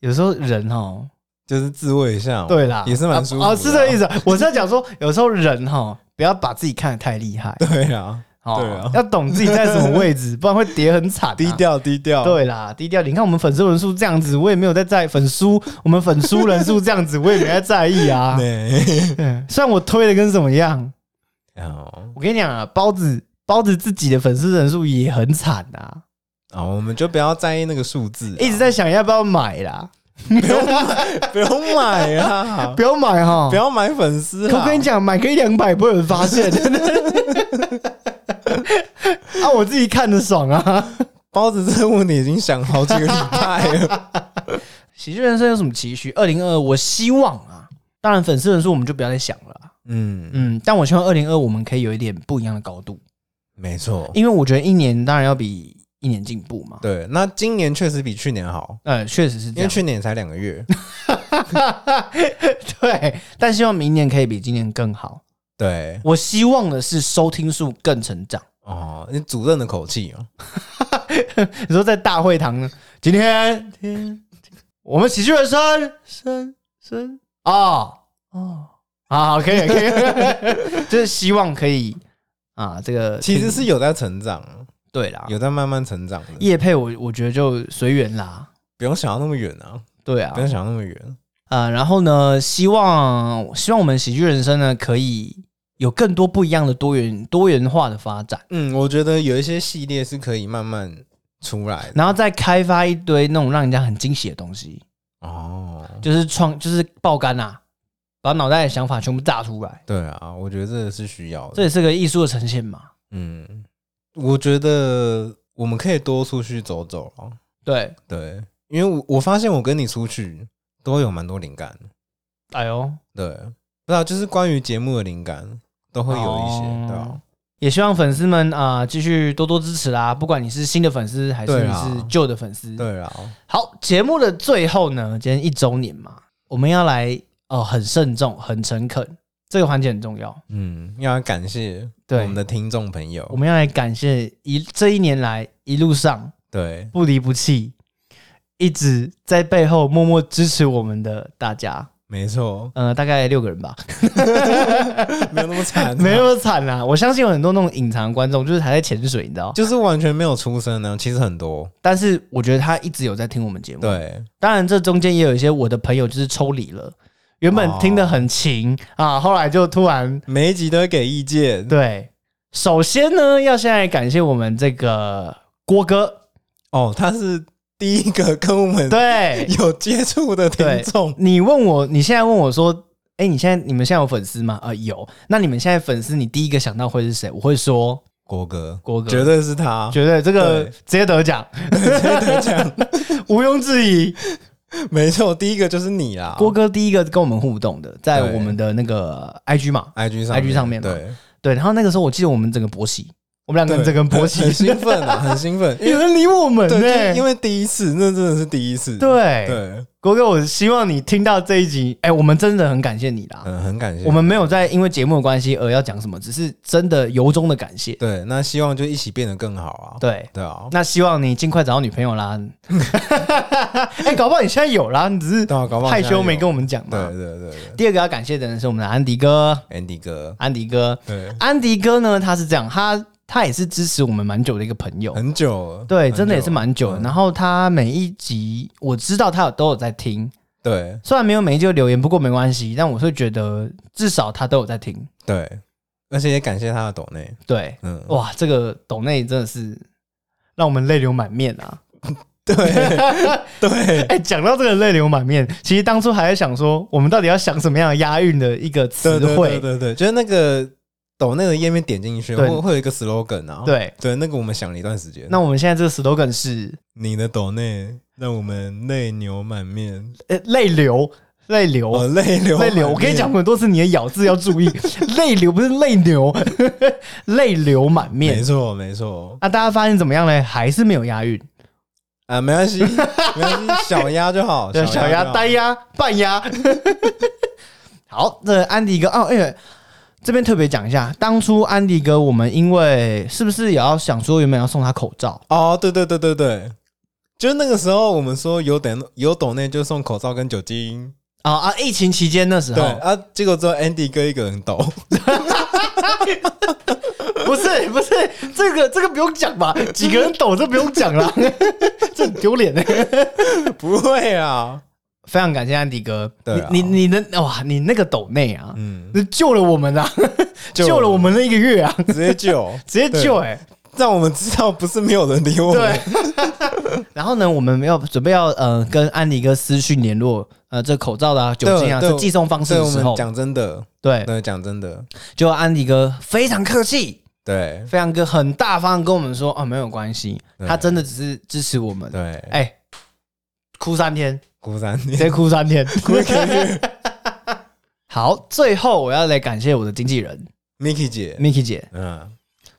[SPEAKER 2] 有时候人哦，
[SPEAKER 3] 就是自慰一下嘛，
[SPEAKER 2] 对啦，
[SPEAKER 3] 也是蛮舒服的啊
[SPEAKER 2] 啊啊是这个意思。 我是要讲说，有时候人哈，不要把自己看得太厉害，
[SPEAKER 3] 对啊，
[SPEAKER 2] 哦
[SPEAKER 3] 对啊
[SPEAKER 2] 要懂自己在什么位 置，不然会跌很惨啊、
[SPEAKER 3] 低调低调，
[SPEAKER 2] 对啦，低调。你看我们粉丝人数这样子，我也没有在在粉书，我们粉书人数这样 子，我也没在在意啊。
[SPEAKER 3] 对，
[SPEAKER 2] 对虽然我推的跟什么样，
[SPEAKER 3] 哦，
[SPEAKER 2] 我跟你讲啊，包子包子自己的粉丝人数也很惨啊，
[SPEAKER 3] 啊，我们就不要在意那个数字啊，
[SPEAKER 2] 一直在想要不要买啦，
[SPEAKER 3] 不用买 啊，
[SPEAKER 2] 不要啊买哈，
[SPEAKER 3] 不。要买粉丝啊
[SPEAKER 2] 可
[SPEAKER 3] 啦。
[SPEAKER 2] 我跟你讲，买个一两百不会有人发 现。啊，我自己看着爽啊！
[SPEAKER 3] 包子这个问题已经想好几个礼拜 了。
[SPEAKER 2] 喜剧人生有什么期许？二零二，我希望啊，当然粉丝人数我们就不要再想了啊。
[SPEAKER 3] 嗯，
[SPEAKER 2] 嗯，但我希望二零二我们可以有一点不一样的高度，
[SPEAKER 3] 没错，
[SPEAKER 2] 因为我觉得一年当然要比一年进步嘛。
[SPEAKER 3] 对。那今年确实比去年好，
[SPEAKER 2] 呃，确实是这
[SPEAKER 3] 因为
[SPEAKER 2] 样。
[SPEAKER 3] 去年才两个月。
[SPEAKER 2] 对，但希望明年可以比今年更好。
[SPEAKER 3] 对，
[SPEAKER 2] 我希望的是收听数更成长。
[SPEAKER 3] 哦，你主任的口气哦，
[SPEAKER 2] 你说在大会堂呢？今天天，我们喜剧人生生生
[SPEAKER 3] 哦
[SPEAKER 2] 啊哦，好好可以可以，就是希望可以啊，这个
[SPEAKER 3] 其
[SPEAKER 2] 听
[SPEAKER 3] 实是有在成长，
[SPEAKER 2] 对啦，
[SPEAKER 3] 有在慢慢成长的，
[SPEAKER 2] 叶配我我觉得就随缘啦，
[SPEAKER 3] 不用想到那么远啊，
[SPEAKER 2] 对啊
[SPEAKER 3] 不，用想到那么远。
[SPEAKER 2] 啊，然后呢，希望希望我们喜剧人生呢可以有更多不一样的多元多元化的发展，
[SPEAKER 3] 嗯，我觉得有一些系列是可以慢慢出来的
[SPEAKER 2] 然后再开发一堆那种让人家很惊喜的东西，
[SPEAKER 3] 哦。
[SPEAKER 2] 就是创就是爆肝啊，把脑袋的想法全部炸出来，
[SPEAKER 3] 对啊，我觉得这个是需要
[SPEAKER 2] 这
[SPEAKER 3] 的。
[SPEAKER 2] 也是个艺术的呈现嘛。
[SPEAKER 3] 嗯，我觉得我们可以多出去走走啊。
[SPEAKER 2] 对，
[SPEAKER 3] 对，因为我我发现我跟你出去都有蛮多灵感的。
[SPEAKER 2] 哎呦，
[SPEAKER 3] 对，不知道就是关于节目的灵感都会有一些，
[SPEAKER 2] 哦
[SPEAKER 3] 对啊，
[SPEAKER 2] 也希望粉丝们啊、继续多多支持啦！不管你是新的粉丝还是
[SPEAKER 3] 对
[SPEAKER 2] 你
[SPEAKER 3] 啦
[SPEAKER 2] 是旧的粉丝，
[SPEAKER 3] 对啊，
[SPEAKER 2] 好，节目的最后呢，今天一周年嘛，我们要来呃很慎重、很诚恳，这个环节很重要。
[SPEAKER 3] 嗯，要感谢我
[SPEAKER 2] 对
[SPEAKER 3] 们的听众朋友
[SPEAKER 2] 我，们要来感谢一这一年来一路上
[SPEAKER 3] 对，
[SPEAKER 2] 不离不弃，一直在背后默默支持我们的大家，，
[SPEAKER 3] 没错
[SPEAKER 2] 呃，大概六个人吧，
[SPEAKER 3] 没有那么惨，啊
[SPEAKER 2] 没，那么惨啦。我相信有很多那种隐藏观众，就是还在潜水，你知道？
[SPEAKER 3] 就是完全没有出声呢，其实很多，
[SPEAKER 2] 但是我觉得他一直有在听我们节目，
[SPEAKER 3] 对，
[SPEAKER 2] 当然，这中间也有一些我的朋友就是抽离了，原本听得很勤、
[SPEAKER 3] 哦
[SPEAKER 2] 啊，后来就突然
[SPEAKER 3] 每一集都会给意见，
[SPEAKER 2] 对。首先呢，要先来感谢我们这个郭哥，
[SPEAKER 3] 哦，他是第一个跟我们
[SPEAKER 2] 对
[SPEAKER 3] 有接触的听
[SPEAKER 2] 对
[SPEAKER 3] 众，
[SPEAKER 2] 你问我，你现在问我说，哎、你现在你们现在有粉丝吗？啊、有。那你们现在粉丝，你第一个想到会是谁？我会说
[SPEAKER 3] 郭哥，
[SPEAKER 2] 郭哥，
[SPEAKER 3] 绝对是他，
[SPEAKER 2] 绝对这个
[SPEAKER 3] 对
[SPEAKER 2] 直接得奖，
[SPEAKER 3] 绝 对这样，
[SPEAKER 2] 毋庸置疑。
[SPEAKER 3] 没错，第一个就是你啦，
[SPEAKER 2] 郭哥第一个跟我们互动的，在
[SPEAKER 3] 对
[SPEAKER 2] 我们的那个 IG 嘛，
[SPEAKER 3] IG 上
[SPEAKER 2] IG 上面嘛
[SPEAKER 3] 对，
[SPEAKER 2] 对，然后那个时候我记得我们整个勃起，我们两个人整个勃
[SPEAKER 3] 很
[SPEAKER 2] 起，
[SPEAKER 3] 兴奋 啊，很兴奋，
[SPEAKER 2] 有人理我们呢、
[SPEAKER 3] 对，就因
[SPEAKER 2] 为
[SPEAKER 3] 为第一次，那真的是第一次。
[SPEAKER 2] 对
[SPEAKER 3] 对，
[SPEAKER 2] 国哥，我希望你听到这一集，哎、我们真的很感谢你啦。
[SPEAKER 3] 嗯，很感谢
[SPEAKER 2] 我们没有在因为节目的关系而要讲什么，只是真的由衷的感谢。
[SPEAKER 3] 对，那希望就一起变得更好啊。
[SPEAKER 2] 对，
[SPEAKER 3] 对啊，
[SPEAKER 2] 那希望你尽快找到女朋友 啦。哎、搞不好你现在有啦，你只是
[SPEAKER 3] 对啊搞不好
[SPEAKER 2] 害
[SPEAKER 3] 现在
[SPEAKER 2] 羞
[SPEAKER 3] 有
[SPEAKER 2] 没跟我们啊讲
[SPEAKER 3] 对
[SPEAKER 2] 嘛。
[SPEAKER 3] 对对对
[SPEAKER 2] 第二个要感谢的人是我们的安迪哥，
[SPEAKER 3] ，Andy 哥，
[SPEAKER 2] 安迪哥，
[SPEAKER 3] 对，
[SPEAKER 2] 安迪哥呢，他是这样，他他也是支持我们蛮久的一个朋友，
[SPEAKER 3] 很久了，
[SPEAKER 2] 对，
[SPEAKER 3] 很
[SPEAKER 2] 真的也是蛮久的。啊
[SPEAKER 3] 嗯
[SPEAKER 2] 然后他每一集我知道他有都有在听，
[SPEAKER 3] 对
[SPEAKER 2] 虽然没有每一集有留言，不过没关系。但我是觉得至少他都有在听。
[SPEAKER 3] 对，而且也感谢他的抖内，
[SPEAKER 2] 对，
[SPEAKER 3] 嗯，
[SPEAKER 2] 哇，这个抖内真的是让我们泪流满面啊！
[SPEAKER 3] 对 对，
[SPEAKER 2] 哎、讲到这个泪流满面，其实当初还在想说，我们到底要想什么样的押韵的一个词
[SPEAKER 3] 对对
[SPEAKER 2] 汇
[SPEAKER 3] 对？对对，就是那个抖内的页面点进去，
[SPEAKER 2] 对
[SPEAKER 3] 会会有一个 slogan 啊，
[SPEAKER 2] 对，
[SPEAKER 3] 对，那个我们想了一段时间。
[SPEAKER 2] 那我们现在这个 slogan 是
[SPEAKER 3] 你的抖内让我们泪流满面，
[SPEAKER 2] 呃泪流，泪流。
[SPEAKER 3] 哦，泪流
[SPEAKER 2] 泪流，
[SPEAKER 3] 满
[SPEAKER 2] 我跟你
[SPEAKER 3] 面
[SPEAKER 2] 讲很多次，你的咬字要注 意。泪流不是泪流， 泪流满面
[SPEAKER 3] 没。错没错，
[SPEAKER 2] 那、大家发现怎么样呢？还是没有押韵。
[SPEAKER 3] 啊，没关系， 没关系，啊小鸭就好。
[SPEAKER 2] 对，小
[SPEAKER 3] 鸭
[SPEAKER 2] 鸭、
[SPEAKER 3] 就好
[SPEAKER 2] 单鸭、半鸭。 好，这安迪哥哦，哎、这边特别讲一下，当初安迪哥，我们因为是不是也要想说原本要送他口罩？
[SPEAKER 3] 哦，对对对对对，就那个时候我们说有等有抖内就送口罩跟酒精，
[SPEAKER 2] 啊啊！疫情期间那时
[SPEAKER 3] 对
[SPEAKER 2] 候，
[SPEAKER 3] 啊，结果只有 Andy 哥一个人抖，
[SPEAKER 2] 不是不是这个这个不用讲吧？几个人抖这不用讲啦， 这很丢脸呢。欸
[SPEAKER 3] 不会啊，
[SPEAKER 2] 非常感谢安迪哥，
[SPEAKER 3] 对啊
[SPEAKER 2] 你你你的哇，你那个抖内啊，
[SPEAKER 3] 嗯，
[SPEAKER 2] 那救了我们啊，
[SPEAKER 3] 救了
[SPEAKER 2] 救了我们那一个月啊，
[SPEAKER 3] 直接救，
[SPEAKER 2] 直接救哎、
[SPEAKER 3] 让我们知道不是没有人理我们，
[SPEAKER 2] 对。 然后呢，我们要准备要呃跟安迪哥私讯联络，呃，这口罩的、啊、酒精啊，
[SPEAKER 3] 对
[SPEAKER 2] 这寄送方式
[SPEAKER 3] 对
[SPEAKER 2] 的
[SPEAKER 3] 我
[SPEAKER 2] 时
[SPEAKER 3] 们
[SPEAKER 2] 候，
[SPEAKER 3] 讲真的，
[SPEAKER 2] 对，
[SPEAKER 3] 对，讲真的，
[SPEAKER 2] 就安迪哥非常客气，
[SPEAKER 3] 对
[SPEAKER 2] 非常哥很大方地跟我们说，啊，没有关系，
[SPEAKER 3] 对
[SPEAKER 2] 他真的只是支持我们，
[SPEAKER 3] 对，
[SPEAKER 2] 哎，哭三天，
[SPEAKER 3] 孤三
[SPEAKER 2] 直
[SPEAKER 3] 年，
[SPEAKER 2] 接哭三天，
[SPEAKER 3] 哭一个月
[SPEAKER 2] 好，最后我要来感谢我的经纪人
[SPEAKER 3] Miki 姐，
[SPEAKER 2] Miki 姐，
[SPEAKER 3] 嗯，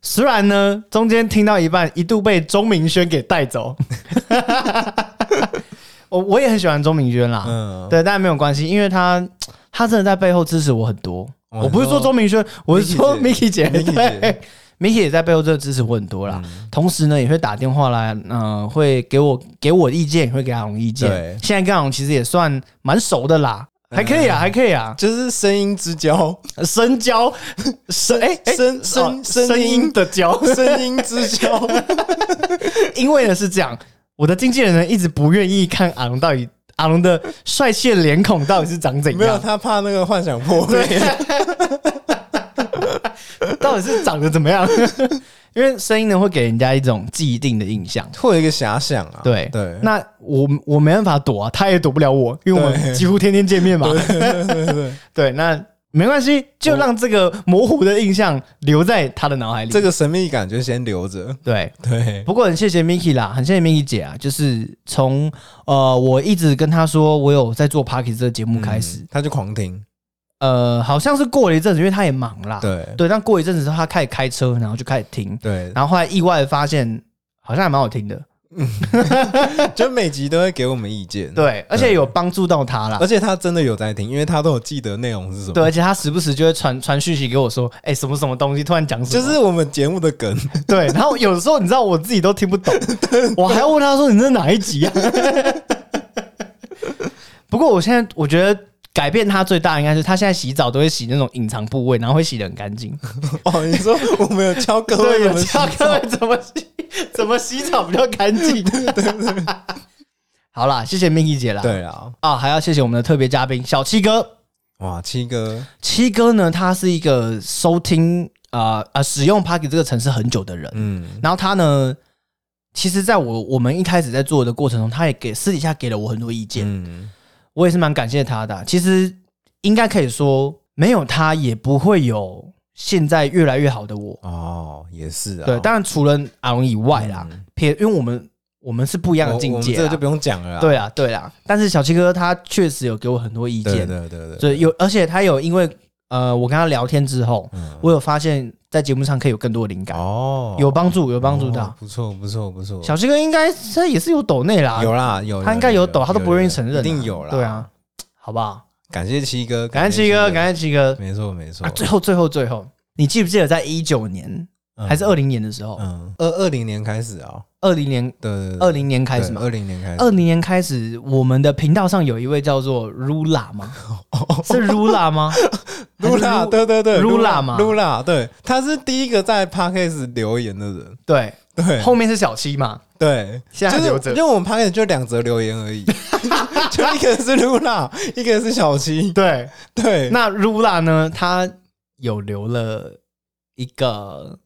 [SPEAKER 2] 虽然呢中间听到一半，一度被钟明轩给带 走，我我也很喜欢钟明轩啦，
[SPEAKER 3] 嗯，
[SPEAKER 2] 对，但没有关系，因为他他真的在背后支持我很多。
[SPEAKER 3] 哦
[SPEAKER 2] 我不是说周明轩，我是说
[SPEAKER 3] Miki
[SPEAKER 2] Miki 姐
[SPEAKER 3] Miki 姐
[SPEAKER 2] 对，Miki 也在背后真的支持我很多啦。同时呢，也会打电话来，嗯、会给我给我意见，也会给阿龙意见
[SPEAKER 3] 对。
[SPEAKER 2] 现在跟阿龙其实也算蛮熟的啦。还可以啊，还可以啊，
[SPEAKER 3] 就是声音之交，
[SPEAKER 2] 深交，深哎哎
[SPEAKER 3] 声声
[SPEAKER 2] 哦
[SPEAKER 3] 声
[SPEAKER 2] 声
[SPEAKER 3] 音
[SPEAKER 2] 音的交，
[SPEAKER 3] 声音之 交。
[SPEAKER 2] 因为呢是这样，我的经纪人呢一直不愿意看阿龙到底阿龙的帅气的脸孔到底是长怎
[SPEAKER 3] 没有，
[SPEAKER 2] 样，
[SPEAKER 3] 他怕那个幻想破灭。
[SPEAKER 2] 到底是长得怎么样， 因为声音呢会给人家一种既定的印象。
[SPEAKER 3] 会有一个遐想啊。
[SPEAKER 2] 对
[SPEAKER 3] 对，
[SPEAKER 2] 那我我没办法躲啊，他也躲不了我，因为我
[SPEAKER 3] 对
[SPEAKER 2] 们几乎天天见面嘛。 对，那没关系，就让这个模糊的印象留在他的脑海里。
[SPEAKER 3] 这个神秘感就先留着。
[SPEAKER 2] 对，
[SPEAKER 3] 对，
[SPEAKER 2] 不过很谢谢 Miki 啦，很谢谢 Miki 姐啊，就是从呃我一直跟她说我有在做 Parkes 这个节目开始，
[SPEAKER 3] 嗯他就狂听。
[SPEAKER 2] 呃，好像是过了一阵子，因为她也忙啦，
[SPEAKER 3] 嗯对
[SPEAKER 2] 但过一阵子之后她开始开车，然后就开始听，
[SPEAKER 3] 对，
[SPEAKER 2] 然后后来意外地发现好像还蛮好听的，
[SPEAKER 3] 就每集都会给我们意见。，
[SPEAKER 2] 对，而且有帮助到她啦
[SPEAKER 3] 嗯而。且他真的有在听，因为他都有记得内容是什么。
[SPEAKER 2] 啊对，而且啊她时不时就会传传讯息给我说，哎、什么什么东西突然讲什
[SPEAKER 3] 就
[SPEAKER 2] 么，
[SPEAKER 3] 是我们节目 的梗，
[SPEAKER 2] 对。然后有的时候你知道我自己都听不 懂，我还要问她说你这是哪一集啊？ 不过我现在我觉得改变她最大应该是她现在洗澡都会洗那种隐藏部位，然后会洗得很干 净。
[SPEAKER 3] 哦，你说我们有教各
[SPEAKER 2] 对，
[SPEAKER 3] 位怎
[SPEAKER 2] 有
[SPEAKER 3] 么洗
[SPEAKER 2] 教各位怎么洗，怎么洗澡比较干净。 好啦，谢谢 Miki 姐啦。
[SPEAKER 3] 对啊，
[SPEAKER 2] 啊，还要谢谢我们的特别嘉宾小七哥。
[SPEAKER 3] 哇，七哥，
[SPEAKER 2] 七哥呢，他是一个收听啊啊、呃使用 Parky 这个城市很久的人，
[SPEAKER 3] 嗯，
[SPEAKER 2] 然后他呢，其实在我我们一开始在做的过程中，他也给私底下给了我很多意见，
[SPEAKER 3] 嗯，
[SPEAKER 2] 我也是蛮感谢他的啊、其实应该可以说，没有他也不会有现在越来越好的我。
[SPEAKER 3] 哦，也是啊，嗯
[SPEAKER 2] 对，当然除了阿龙以外啦，撇因为我们我们是不一样的
[SPEAKER 3] 我
[SPEAKER 2] 境
[SPEAKER 3] 我们
[SPEAKER 2] 界
[SPEAKER 3] 这个就
[SPEAKER 2] 啦
[SPEAKER 3] 不用讲了啦。
[SPEAKER 2] 对啊，对啊，但是小七哥他确实有给我很多意
[SPEAKER 3] 对
[SPEAKER 2] 见，
[SPEAKER 3] 对对对，
[SPEAKER 2] 对，有，而且他有因为呃，我跟他聊天之后，
[SPEAKER 3] 嗯
[SPEAKER 2] 我有发现，在节目上可以有更多的灵感，
[SPEAKER 3] 哦，
[SPEAKER 2] 有帮助，有帮助到、
[SPEAKER 3] 哦不错不错不错，
[SPEAKER 2] 小七哥，应该他也是有抖内啦，
[SPEAKER 3] 有啦有，
[SPEAKER 2] 他应该有抖，他都不愿意
[SPEAKER 3] 有
[SPEAKER 2] 承认啊，
[SPEAKER 3] 一定有啦。
[SPEAKER 2] 对，啊，好不好？
[SPEAKER 3] 感谢七哥，
[SPEAKER 2] 感谢七哥，感谢七哥。
[SPEAKER 3] 没错没错
[SPEAKER 2] 啊，，最后，最后，最后，你记不记得在一九年
[SPEAKER 3] 嗯
[SPEAKER 2] 还是二零年的时候？
[SPEAKER 3] 嗯二二零年开始啊，
[SPEAKER 2] 二零年，
[SPEAKER 3] 对对对，
[SPEAKER 2] 二零年开始嘛
[SPEAKER 3] 二。零年开始，
[SPEAKER 2] 二零年开始，我们的频道上有一位叫做 Rula 吗？是 Rula 吗
[SPEAKER 3] 露
[SPEAKER 2] 还
[SPEAKER 3] 娜，
[SPEAKER 2] 是
[SPEAKER 3] 对对对，
[SPEAKER 2] Lula
[SPEAKER 3] 露娜
[SPEAKER 2] 嘛
[SPEAKER 3] 露娜，对，他是第一个在 podcast 留言的人，
[SPEAKER 2] 对，
[SPEAKER 3] 对
[SPEAKER 2] 后面是小七嘛？
[SPEAKER 3] 对，
[SPEAKER 2] 现在还留着
[SPEAKER 3] 就是因为我们 podcast 就两则留言而 已，就一个是露娜，一个是小七，
[SPEAKER 2] 对，
[SPEAKER 3] 对，
[SPEAKER 2] 那 Rula 呢？他有留了一个，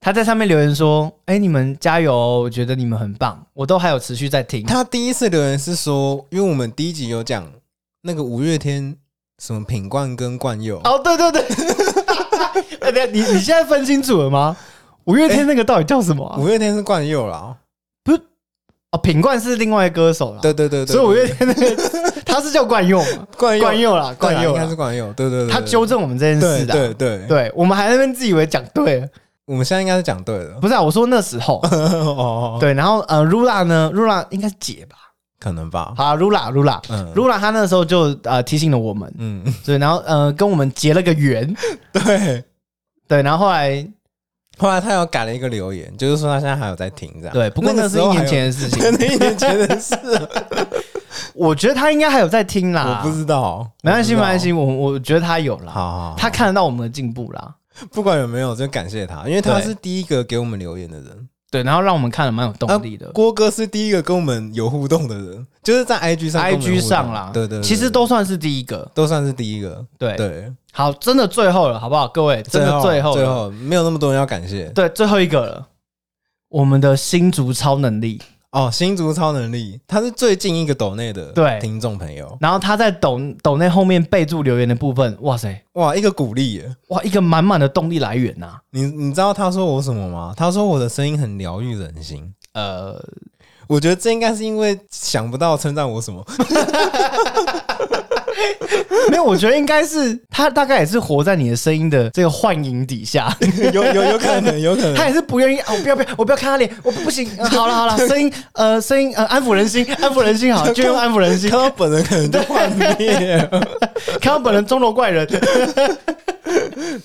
[SPEAKER 2] 他在上面留言说：“哎、你们加油哦，我觉得你们很棒，我都还有持续在听。
[SPEAKER 3] 他第一次留言是说，因为我们第一集有讲那个五月天什么品冠跟冠佑”，
[SPEAKER 2] 哦，对对对， 哎等一下你你现在分清楚了吗？五月天那个到底叫什么、啊？
[SPEAKER 3] 哎五月天是冠佑啦，
[SPEAKER 2] 哦，品冠是另外一个歌手啦。
[SPEAKER 3] 对对对对，
[SPEAKER 2] 哦所以五
[SPEAKER 3] 对
[SPEAKER 2] 月天那个 他是叫冠佑嘛，
[SPEAKER 3] 冠佑
[SPEAKER 2] 冠佑啦，
[SPEAKER 3] 对啊
[SPEAKER 2] 冠佑
[SPEAKER 3] 应
[SPEAKER 2] 啦
[SPEAKER 3] 该是冠佑，对对对，
[SPEAKER 2] 他纠正我们这件
[SPEAKER 3] 对
[SPEAKER 2] 事的啊。
[SPEAKER 3] 对对对，
[SPEAKER 2] 对我们还在那边自以为讲对了，
[SPEAKER 3] 我们现在应该是讲对了，
[SPEAKER 2] 不是啊？我说那时 候，
[SPEAKER 3] 哦，
[SPEAKER 2] 对，然后呃，Rula 呢，Rula 应该是姐吧？
[SPEAKER 3] 可能吧，
[SPEAKER 2] 好啊，Rula，Rula。
[SPEAKER 3] 嗯
[SPEAKER 2] Rula 他那时候就呃提醒了我们，
[SPEAKER 3] 嗯，
[SPEAKER 2] 对，然后呃跟我们结了个缘，
[SPEAKER 3] 对。
[SPEAKER 2] 对，然后后来
[SPEAKER 3] 后来他有改了一个留言，就是说他现在还有在听这样。
[SPEAKER 2] 对，不过
[SPEAKER 3] 那
[SPEAKER 2] 那
[SPEAKER 3] 个
[SPEAKER 2] 是
[SPEAKER 3] 时
[SPEAKER 2] 一
[SPEAKER 3] 候
[SPEAKER 2] 年前的事情
[SPEAKER 3] 还有，， 那一年前的事，啊
[SPEAKER 2] 我觉得他应该还有在听啦，
[SPEAKER 3] 我不知道，
[SPEAKER 2] 啊没关系，
[SPEAKER 3] 我
[SPEAKER 2] 没
[SPEAKER 3] 不知道
[SPEAKER 2] 关系，。我我觉得他有
[SPEAKER 3] 好
[SPEAKER 2] 啦，
[SPEAKER 3] 好好，
[SPEAKER 2] 他看得到我们的进步啦，
[SPEAKER 3] 不管有没有，就感谢他，因为他
[SPEAKER 2] 对
[SPEAKER 3] 是第一个给我们留言的人。
[SPEAKER 2] 对，然后让我们看了蛮有
[SPEAKER 3] 啊
[SPEAKER 2] 动力的。
[SPEAKER 3] 郭哥是第一个跟我们有互动的人，就是在 IG 上跟我们有
[SPEAKER 2] IG
[SPEAKER 3] 互动
[SPEAKER 2] 上啦，
[SPEAKER 3] 对对对，
[SPEAKER 2] 其实
[SPEAKER 3] 对
[SPEAKER 2] 都算是第一个，
[SPEAKER 3] 都算是第一个。
[SPEAKER 2] 对，
[SPEAKER 3] 对，
[SPEAKER 2] 好，真的最后了，好不好，各位，真的最后，
[SPEAKER 3] 最，后没有那么多人要感谢
[SPEAKER 2] 对，最后一个了，我们的新竹超能力，
[SPEAKER 3] 哦。新竹超能力，他是最近一个抖内的
[SPEAKER 2] 对
[SPEAKER 3] 听众朋友，
[SPEAKER 2] 然后他在抖抖内后面备注留言的部分，哇塞，
[SPEAKER 3] 哇，一个鼓励耶！
[SPEAKER 2] 哇，一个满满的动力来源啊呐、
[SPEAKER 3] 你你知道他说我什么吗？他说我的声音很疗愈人心。
[SPEAKER 2] 呃，
[SPEAKER 3] 我觉得这应该是因为想不到称赞我什 么，
[SPEAKER 2] 没有，我觉得应该是他大概也是活在你的声音的这个幻影底 下，
[SPEAKER 3] 有有有可能，有可能
[SPEAKER 2] 他也是不愿意啊，我不要不要，我不要看他脸，我不不行、呃好了好 了，声音呃声音呃安抚人心，安抚人心好，就用安抚人心
[SPEAKER 3] 看，到本人可能就幻灭 了，
[SPEAKER 2] 看到本人钟楼怪人。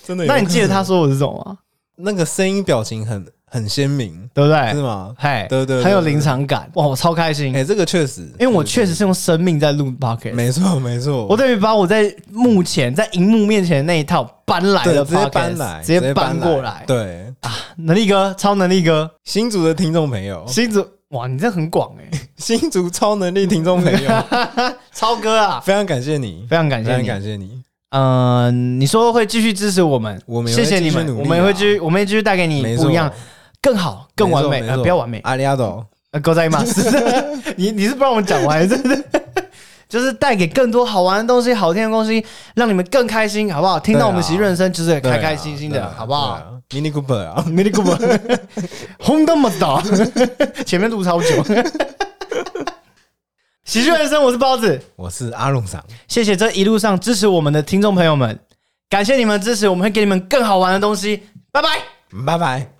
[SPEAKER 3] 真的有可能。
[SPEAKER 2] 那你记得他说我是什么吗？
[SPEAKER 3] 那个声音表情很很鲜明，
[SPEAKER 2] 对不
[SPEAKER 3] 是
[SPEAKER 2] 对？
[SPEAKER 3] 吗？
[SPEAKER 2] 嗨，
[SPEAKER 3] 对对对
[SPEAKER 2] 很有临场感，哇，我超开心，
[SPEAKER 3] 哎，这个确实，
[SPEAKER 2] 因为我确实是用生命在录 p o c k e t
[SPEAKER 3] 没错没错，
[SPEAKER 2] 我等于把我在幕前在荧幕面前的那一套搬来
[SPEAKER 3] 对
[SPEAKER 2] 的 podcast，
[SPEAKER 3] 直接搬来，
[SPEAKER 2] 直接搬过
[SPEAKER 3] 来
[SPEAKER 2] 来。，
[SPEAKER 3] 对，
[SPEAKER 2] 能力哥，超能力哥，
[SPEAKER 3] 新竹的听众朋 友，
[SPEAKER 2] 新竹，哇，你这很广哎、
[SPEAKER 3] 新竹超能力听众朋友，
[SPEAKER 2] 超哥啊，
[SPEAKER 3] 非常感谢你，
[SPEAKER 2] 非常感
[SPEAKER 3] 非
[SPEAKER 2] 谢
[SPEAKER 3] 常
[SPEAKER 2] 你。
[SPEAKER 3] 感谢你，
[SPEAKER 2] 嗯、你说会继续支持我们，
[SPEAKER 3] 我们也
[SPEAKER 2] 谢
[SPEAKER 3] 会
[SPEAKER 2] 谢
[SPEAKER 3] 继
[SPEAKER 2] 你
[SPEAKER 3] 续
[SPEAKER 2] 们，
[SPEAKER 3] 努力
[SPEAKER 2] 我们也会
[SPEAKER 3] 啊
[SPEAKER 2] 继续，我们也继续带给你
[SPEAKER 3] 没
[SPEAKER 2] 不
[SPEAKER 3] 错
[SPEAKER 2] 一样、更好、更完美，呃，不要完美，
[SPEAKER 3] 阿里阿斗，
[SPEAKER 2] 呃，够在吗？ 你你是不让我讲完，真的。 就是带给更多好玩的东西、好听的东西，让你们更开心，好不好？听到我们
[SPEAKER 3] 对啊
[SPEAKER 2] 喜润生，就是
[SPEAKER 3] 对啊
[SPEAKER 2] 开开心心的，好不好？？
[SPEAKER 3] 对啊对啊 Mini Cooper 啊，
[SPEAKER 2] 没得过吧？轰那么大，前面录超 久。喜剧人生，我是包子，
[SPEAKER 3] 我是阿龙桑，
[SPEAKER 2] 谢谢这一路上支持我们的听众朋友们，感谢你们的支持，我们会给你们更好玩的东西，拜拜。
[SPEAKER 3] 拜拜。